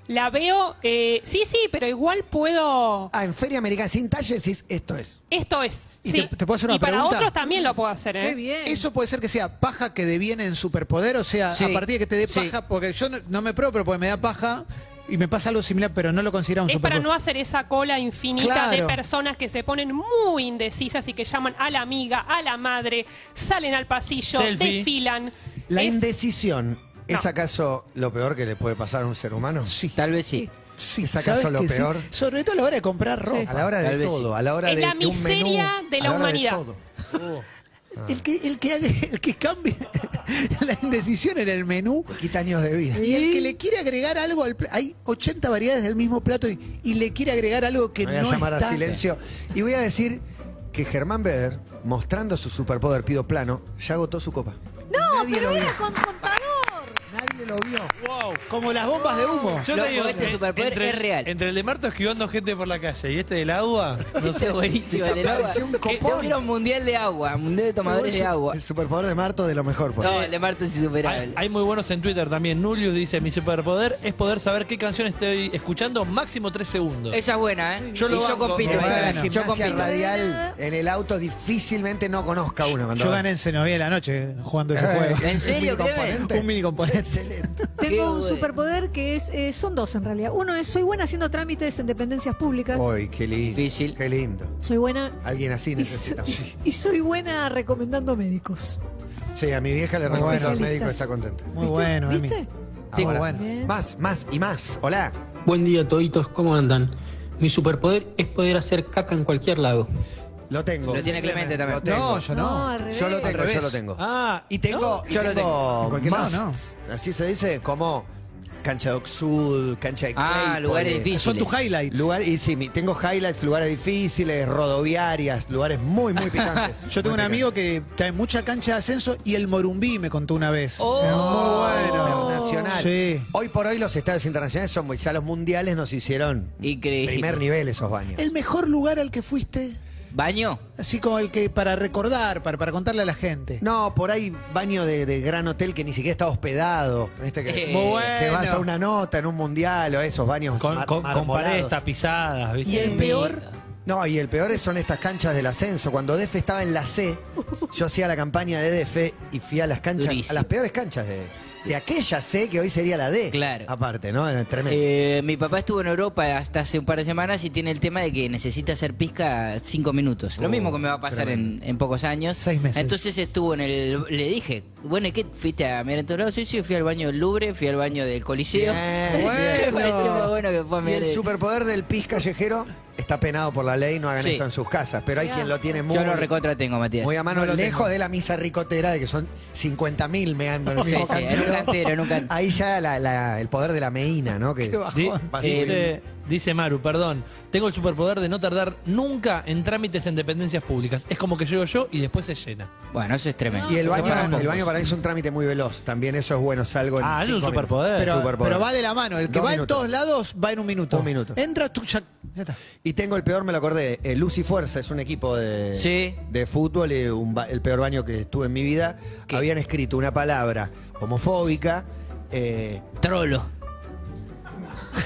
[SPEAKER 13] la veo, eh, sí, sí, pero igual puedo.
[SPEAKER 6] Ah, en Feria Americana sin talles, sí, esto es.
[SPEAKER 13] Esto es.
[SPEAKER 10] ¿Y
[SPEAKER 13] sí.
[SPEAKER 10] te- te puedo hacer una
[SPEAKER 13] y para
[SPEAKER 10] pregunta?
[SPEAKER 13] otros también lo puedo hacer, ¿eh?
[SPEAKER 9] Qué bien.
[SPEAKER 10] Eso puede ser que sea paja que deviene en superpoder, o sea,
[SPEAKER 7] Sí.
[SPEAKER 10] a partir de que te dé
[SPEAKER 7] Sí.
[SPEAKER 10] paja, porque yo no, no me pruebo, pero porque me da paja y me pasa algo similar, pero no lo considero un
[SPEAKER 13] Es para
[SPEAKER 10] superpoder.
[SPEAKER 13] no hacer esa cola infinita de
[SPEAKER 10] Claro.
[SPEAKER 13] personas que se ponen muy indecisas y que llaman a la amiga, a la madre, salen al pasillo,
[SPEAKER 8] Selfie.
[SPEAKER 13] desfilan.
[SPEAKER 6] La
[SPEAKER 13] Es-
[SPEAKER 6] indecisión. ¿Es
[SPEAKER 13] No.
[SPEAKER 6] acaso lo peor que le puede pasar a un ser humano?
[SPEAKER 10] Sí.
[SPEAKER 7] Tal vez sí.
[SPEAKER 10] Sí,
[SPEAKER 6] ¿Es acaso
[SPEAKER 10] ¿sabes
[SPEAKER 6] lo
[SPEAKER 10] que sí?
[SPEAKER 6] peor?
[SPEAKER 10] Sobre todo a la hora de comprar ropa.
[SPEAKER 6] A la hora
[SPEAKER 7] Tal
[SPEAKER 6] de
[SPEAKER 7] vez
[SPEAKER 6] todo, a la hora
[SPEAKER 13] Es
[SPEAKER 6] de,
[SPEAKER 13] la
[SPEAKER 6] de un menú,
[SPEAKER 13] miseria de la
[SPEAKER 6] a hora
[SPEAKER 13] humanidad.
[SPEAKER 6] todo.
[SPEAKER 7] Oh.
[SPEAKER 10] El que, el que, haga- el que cambie la indecisión en el menú
[SPEAKER 6] Quita años de vida.
[SPEAKER 10] y el que le quiere agregar algo al pla- hay 80 variedades del mismo plato y, y le quiere agregar algo que
[SPEAKER 6] Me voy a
[SPEAKER 10] no
[SPEAKER 6] llamar
[SPEAKER 10] está.
[SPEAKER 6] a silencio. Y voy a decir que Germán Beder, mostrando su superpoder, pido plano, ya agotó su copa.
[SPEAKER 9] No,
[SPEAKER 6] Nadie
[SPEAKER 9] pero
[SPEAKER 6] lo vio.
[SPEAKER 9] era con contador.
[SPEAKER 6] Nadie lo vio.
[SPEAKER 8] Wow.
[SPEAKER 10] Como las bombas de humo.
[SPEAKER 8] Yo
[SPEAKER 7] Loco,
[SPEAKER 8] te digo,
[SPEAKER 7] este
[SPEAKER 8] en-
[SPEAKER 7] superpoder
[SPEAKER 8] entre,
[SPEAKER 7] es real.
[SPEAKER 8] Entre el de Marto esquivando gente por la calle y este del agua, no
[SPEAKER 7] Ese
[SPEAKER 8] sé.
[SPEAKER 7] es buenísimo, el del agua.
[SPEAKER 6] Desapareció un
[SPEAKER 7] Que-
[SPEAKER 6] copón.
[SPEAKER 7] Era un mundial de agua, mundial de tomadores de agua.
[SPEAKER 6] El superpoder de Marto de lo mejor. pues.
[SPEAKER 7] No, el de Marta es
[SPEAKER 8] Hay,
[SPEAKER 7] insuperable.
[SPEAKER 8] hay muy buenos en Twitter también. Nulius dice, mi superpoder es poder saber qué canción estoy escuchando máximo tres segundos.
[SPEAKER 7] Esa es buena, ¿eh?
[SPEAKER 8] Yo lo
[SPEAKER 7] y yo
[SPEAKER 8] banco.
[SPEAKER 7] compito.
[SPEAKER 6] Me voy a
[SPEAKER 7] esa.
[SPEAKER 6] la
[SPEAKER 10] Bueno.
[SPEAKER 7] yo
[SPEAKER 6] gimnasia
[SPEAKER 7] compito.
[SPEAKER 6] radial en el auto difícilmente no conozca uno. cuando
[SPEAKER 10] Yo
[SPEAKER 6] va.
[SPEAKER 10] gané en Zenobia la noche jugando ese
[SPEAKER 6] Eh,
[SPEAKER 10] juego.
[SPEAKER 7] ¿En serio,
[SPEAKER 6] un mini
[SPEAKER 7] Clemen?
[SPEAKER 6] componente.
[SPEAKER 10] Un mini componente.
[SPEAKER 6] Excelente.
[SPEAKER 9] Tengo un
[SPEAKER 7] bueno.
[SPEAKER 9] superpoder que es, eh, son dos en realidad. Uno es soy buena haciendo trámites en dependencias públicas.
[SPEAKER 6] Uy, qué lindo. Qué lindo.
[SPEAKER 9] Soy buena
[SPEAKER 6] Alguien así
[SPEAKER 9] y,
[SPEAKER 6] necesita.
[SPEAKER 9] so-
[SPEAKER 6] Sí.
[SPEAKER 9] y soy buena recomendando médicos.
[SPEAKER 6] Sí, a mi vieja le
[SPEAKER 9] Muy
[SPEAKER 6] recomiendo al
[SPEAKER 9] bueno.
[SPEAKER 6] médico, está contenta.
[SPEAKER 10] Muy bueno, Emi.
[SPEAKER 9] ¿Viste?
[SPEAKER 10] Muy
[SPEAKER 6] Ahora,
[SPEAKER 10] bueno.
[SPEAKER 6] Más, más y más. Hola.
[SPEAKER 14] Buen día, toditos, ¿cómo andan? Mi superpoder es poder hacer caca en cualquier lado.
[SPEAKER 6] Lo tengo.
[SPEAKER 7] Lo tiene Clemente
[SPEAKER 6] Lo
[SPEAKER 7] también.
[SPEAKER 6] tengo.
[SPEAKER 10] No, yo no.
[SPEAKER 9] No, al revés.
[SPEAKER 6] Yo lo
[SPEAKER 10] Al
[SPEAKER 6] tengo,
[SPEAKER 10] revés.
[SPEAKER 6] yo lo tengo.
[SPEAKER 8] Ah,
[SPEAKER 6] Y tengo, y
[SPEAKER 7] Yo lo
[SPEAKER 10] En cualquier
[SPEAKER 6] más,
[SPEAKER 10] lado,
[SPEAKER 6] así se dice, como cancha de Oxud, cancha de
[SPEAKER 7] Ah,
[SPEAKER 6] Claypole.
[SPEAKER 7] lugares difíciles.
[SPEAKER 10] Son tus highlights.
[SPEAKER 6] Lugar, y sí, mi- tengo highlights, lugares difíciles, rodoviarias, lugares muy, muy picantes.
[SPEAKER 10] Yo tengo un
[SPEAKER 6] Muy
[SPEAKER 10] amigo
[SPEAKER 6] picantes.
[SPEAKER 10] que trae mucha cancha de ascenso y el Morumbí me contó una vez.
[SPEAKER 7] Oh.
[SPEAKER 10] Es muy bueno.
[SPEAKER 6] Internacional.
[SPEAKER 10] Sí.
[SPEAKER 6] Hoy por hoy los estadios internacionales son muy. Ya los mundiales nos hicieron
[SPEAKER 7] Increíble.
[SPEAKER 6] primer nivel esos baños.
[SPEAKER 10] El mejor lugar al que fuiste,
[SPEAKER 7] Baño.
[SPEAKER 10] así como el que para recordar, para, para contarle a la gente.
[SPEAKER 6] No, por ahí baño de, de gran hotel que ni siquiera está hospedado. ¿viste? Que,
[SPEAKER 7] Eh.
[SPEAKER 10] Muy
[SPEAKER 6] que vas
[SPEAKER 10] bueno.
[SPEAKER 6] a una nota en un mundial o esos baños
[SPEAKER 8] Con,
[SPEAKER 6] mar-
[SPEAKER 8] con- con
[SPEAKER 6] marmorados.
[SPEAKER 8] paredes tapizadas, ¿viste?
[SPEAKER 10] Y el peor,
[SPEAKER 6] No, y el peor es- son estas canchas del ascenso. Cuando DF estaba en la C, yo hacía la campaña de DF y fui a las canchas,
[SPEAKER 7] Durísimo.
[SPEAKER 6] a las peores canchas de, de aquella C que hoy sería la D.
[SPEAKER 7] Claro.
[SPEAKER 6] Aparte, ¿no? Era tremendo.
[SPEAKER 7] Eh, mi papá estuvo en Europa hasta hace un par de semanas y tiene el tema de que necesita hacer pizca cinco minutos. Lo
[SPEAKER 6] Uh,
[SPEAKER 7] mismo que me va a pasar en, en pocos años.
[SPEAKER 10] Seis meses.
[SPEAKER 7] Entonces estuvo en el. Le dije, bueno, ¿y qué fuiste a mirar en todos lados? Sí, sí, fui al baño del Louvre, fui al baño del Coliseo.
[SPEAKER 6] Bien.
[SPEAKER 7] Me pareció
[SPEAKER 10] Bueno.
[SPEAKER 7] muy bueno que fue a
[SPEAKER 6] y
[SPEAKER 7] mirar
[SPEAKER 6] el
[SPEAKER 7] el-
[SPEAKER 6] superpoder del pis callejero está penado por la ley, no hagan
[SPEAKER 7] Sí.
[SPEAKER 6] esto en sus casas. Pero hay
[SPEAKER 9] Ya.
[SPEAKER 6] quien lo tiene muy,
[SPEAKER 7] Yo lo recontra tengo, Matías.
[SPEAKER 6] muy a mano,
[SPEAKER 10] No lo
[SPEAKER 6] lejos
[SPEAKER 10] tengo.
[SPEAKER 6] de la misa ricotera, de que son 50.000 meando en el
[SPEAKER 7] Sí,
[SPEAKER 6] mismo
[SPEAKER 7] sí, en un cantero, en un cantero.
[SPEAKER 6] Ahí ya la- la- el poder de la meína, ¿no? Que,
[SPEAKER 10] Qué
[SPEAKER 8] Di- eh,
[SPEAKER 10] bajón. Eh,
[SPEAKER 6] Vas
[SPEAKER 8] dice, dice Maru, perdón, tengo el superpoder de no tardar nunca en trámites en dependencias públicas. Es como que llego yo y después se llena.
[SPEAKER 7] Bueno, eso es tremendo.
[SPEAKER 6] Y el baño,
[SPEAKER 7] Eso es
[SPEAKER 6] el
[SPEAKER 7] tremendo.
[SPEAKER 6] baño para mí es un trámite muy veloz. También eso es bueno. Salgo en.
[SPEAKER 8] Ah, es un
[SPEAKER 6] cinco minutos.
[SPEAKER 8] superpoder.
[SPEAKER 10] Pero,
[SPEAKER 6] Superpoder.
[SPEAKER 10] pero va de la mano. El que
[SPEAKER 6] Dos
[SPEAKER 10] va en
[SPEAKER 6] minutos.
[SPEAKER 10] todos lados va en un minuto.
[SPEAKER 6] Un minuto.
[SPEAKER 10] Entra tú, ya, ya está.
[SPEAKER 6] Y tengo el peor, me lo acordé. eh, Luz y Fuerza es un equipo de,
[SPEAKER 7] Sí.
[SPEAKER 6] de fútbol, eh, un ba- el peor baño que estuve en mi vida.
[SPEAKER 7] ¿Qué?
[SPEAKER 6] Habían escrito una palabra homofóbica. eh,
[SPEAKER 7] Trolo.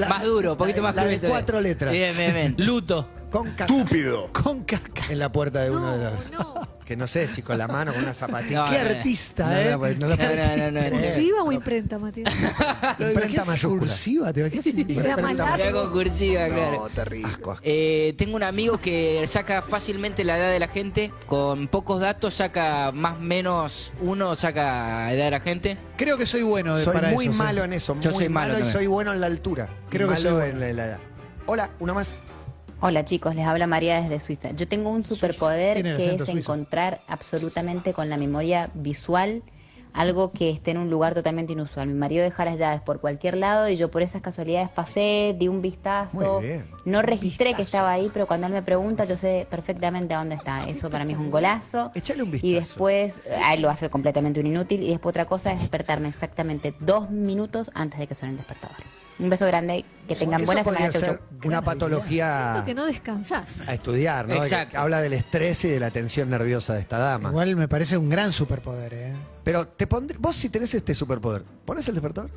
[SPEAKER 7] más duro, un poquito más
[SPEAKER 6] la de
[SPEAKER 7] cruel.
[SPEAKER 6] cuatro letras.
[SPEAKER 7] Bien, bien, bien.
[SPEAKER 8] Luto.
[SPEAKER 6] con caca
[SPEAKER 1] Estúpido.
[SPEAKER 10] Con caca.
[SPEAKER 6] en la puerta de uno de
[SPEAKER 9] No,
[SPEAKER 6] los.
[SPEAKER 9] no.
[SPEAKER 6] Que no sé si con la mano, con una zapatilla.
[SPEAKER 7] No,
[SPEAKER 10] Qué
[SPEAKER 7] no, no.
[SPEAKER 10] artista,
[SPEAKER 6] No,
[SPEAKER 10] ¿eh?
[SPEAKER 6] no, pues, no lo-
[SPEAKER 7] No, no, no, no.
[SPEAKER 9] ¿Cursiva o imprenta, Matías?
[SPEAKER 10] Lo de-
[SPEAKER 6] Imprenta
[SPEAKER 10] ¿qué es
[SPEAKER 6] mayúscula.
[SPEAKER 10] cursiva, ¿te imaginas?
[SPEAKER 9] Era más
[SPEAKER 7] Mirá
[SPEAKER 9] largo.
[SPEAKER 7] con cursiva, claro.
[SPEAKER 10] No, terrible.
[SPEAKER 6] Asco, asco.
[SPEAKER 7] Eh, tengo un amigo que saca fácilmente la edad de la gente. Con pocos datos saca más menos uno, saca la edad de la gente.
[SPEAKER 10] Creo que soy bueno de-
[SPEAKER 6] Soy
[SPEAKER 10] para
[SPEAKER 6] muy
[SPEAKER 10] eso, sí.
[SPEAKER 6] malo en eso.
[SPEAKER 7] Yo
[SPEAKER 6] muy
[SPEAKER 7] soy malo
[SPEAKER 6] malo y
[SPEAKER 7] también.
[SPEAKER 6] soy bueno en la altura.
[SPEAKER 10] Creo que
[SPEAKER 6] Malo
[SPEAKER 10] soy bueno.
[SPEAKER 6] en la, en la edad. Hola, uno más.
[SPEAKER 15] Hola chicos, les habla María desde Suiza. Yo tengo un superpoder
[SPEAKER 10] Tiene el
[SPEAKER 15] que es
[SPEAKER 10] acento suizo.
[SPEAKER 15] encontrar absolutamente con la memoria visual algo que esté en un lugar totalmente inusual. Mi marido deja las llaves por cualquier lado y yo por esas casualidades pasé, di un vistazo.
[SPEAKER 6] Muy bien.
[SPEAKER 15] No registré que estaba ahí, pero cuando él me pregunta yo sé perfectamente a dónde está. Eso para mí es un golazo.
[SPEAKER 6] Échale un
[SPEAKER 15] Y
[SPEAKER 6] vistazo.
[SPEAKER 15] después, a él lo hace completamente un inútil. Y después otra cosa es despertarme exactamente dos minutos antes de que suene el despertador. Un beso grande, que tengan
[SPEAKER 6] Eso
[SPEAKER 15] buena semana.
[SPEAKER 6] podría
[SPEAKER 15] chau, chau.
[SPEAKER 6] ser una patología
[SPEAKER 9] Siento que no descansás.
[SPEAKER 6] a estudiar, ¿no?
[SPEAKER 7] Exacto.
[SPEAKER 6] Habla del estrés y de la tensión nerviosa de esta dama.
[SPEAKER 10] Igual me parece un gran superpoder, ¿eh?
[SPEAKER 6] Pero te pondré, vos si tenés este superpoder, ¿pones el despertador?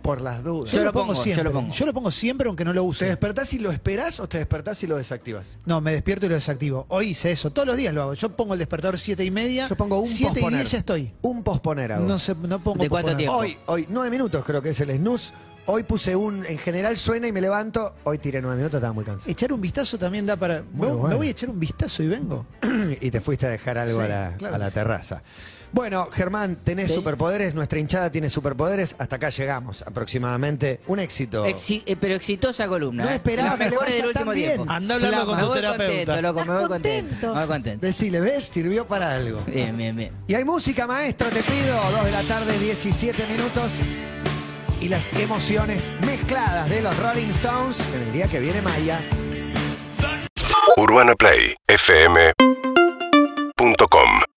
[SPEAKER 6] Por las dudas.
[SPEAKER 7] Yo lo pongo, yo
[SPEAKER 10] siempre.
[SPEAKER 7] lo pongo.
[SPEAKER 10] siempre, aunque no lo
[SPEAKER 6] ¿Te
[SPEAKER 10] use.
[SPEAKER 6] despertás y lo esperás o te despertás y lo desactivas?
[SPEAKER 10] No, me despierto y lo desactivo. Hoy hice eso. Todos los días lo hago. Yo pongo el despertador siete y media.
[SPEAKER 6] Yo pongo un
[SPEAKER 10] Siete y
[SPEAKER 6] posponer.
[SPEAKER 10] diez ya estoy.
[SPEAKER 6] Un posponer ahora.
[SPEAKER 10] No, sé, no pongo
[SPEAKER 7] ¿De cuánto
[SPEAKER 10] posponer.
[SPEAKER 7] tiempo?
[SPEAKER 6] Hoy, hoy, nueve minutos creo que es el snooze. Hoy puse un, en general suena y me levanto. Hoy tiré nueve minutos, estaba muy cansado.
[SPEAKER 10] Oh, Echar un vistazo también da para.
[SPEAKER 6] Muy
[SPEAKER 10] me, me
[SPEAKER 6] bueno.
[SPEAKER 10] voy a echar un vistazo y vengo.
[SPEAKER 6] y te fuiste a dejar algo
[SPEAKER 10] Sí,
[SPEAKER 6] a la,
[SPEAKER 10] claro
[SPEAKER 6] a la
[SPEAKER 10] que sí.
[SPEAKER 6] terraza. Bueno, Germán, tenés
[SPEAKER 7] Sí.
[SPEAKER 6] superpoderes, nuestra hinchada tiene superpoderes, hasta acá llegamos aproximadamente. Un éxito.
[SPEAKER 7] Exi- eh, pero exitosa columna.
[SPEAKER 6] No
[SPEAKER 7] ¿eh?
[SPEAKER 6] esperaba
[SPEAKER 7] Las
[SPEAKER 6] que le
[SPEAKER 7] mejores del
[SPEAKER 6] vaya tan
[SPEAKER 7] último
[SPEAKER 6] bien.
[SPEAKER 7] tiempo.
[SPEAKER 8] Anda hablando con
[SPEAKER 7] Me
[SPEAKER 8] tu
[SPEAKER 7] voy contento,
[SPEAKER 8] terapeuta.
[SPEAKER 7] loco, me
[SPEAKER 9] Estás
[SPEAKER 7] voy contento.
[SPEAKER 9] contento.
[SPEAKER 7] Me voy contento.
[SPEAKER 6] Decile, ¿ves? Sirvió para algo.
[SPEAKER 7] Bien, bien, bien.
[SPEAKER 6] Y hay música, maestro, te pido. Dos de la tarde, 17 minutos. Y las emociones mezcladas de los Rolling Stones en el día que viene Maya.
[SPEAKER 1] Urbana Play fm.com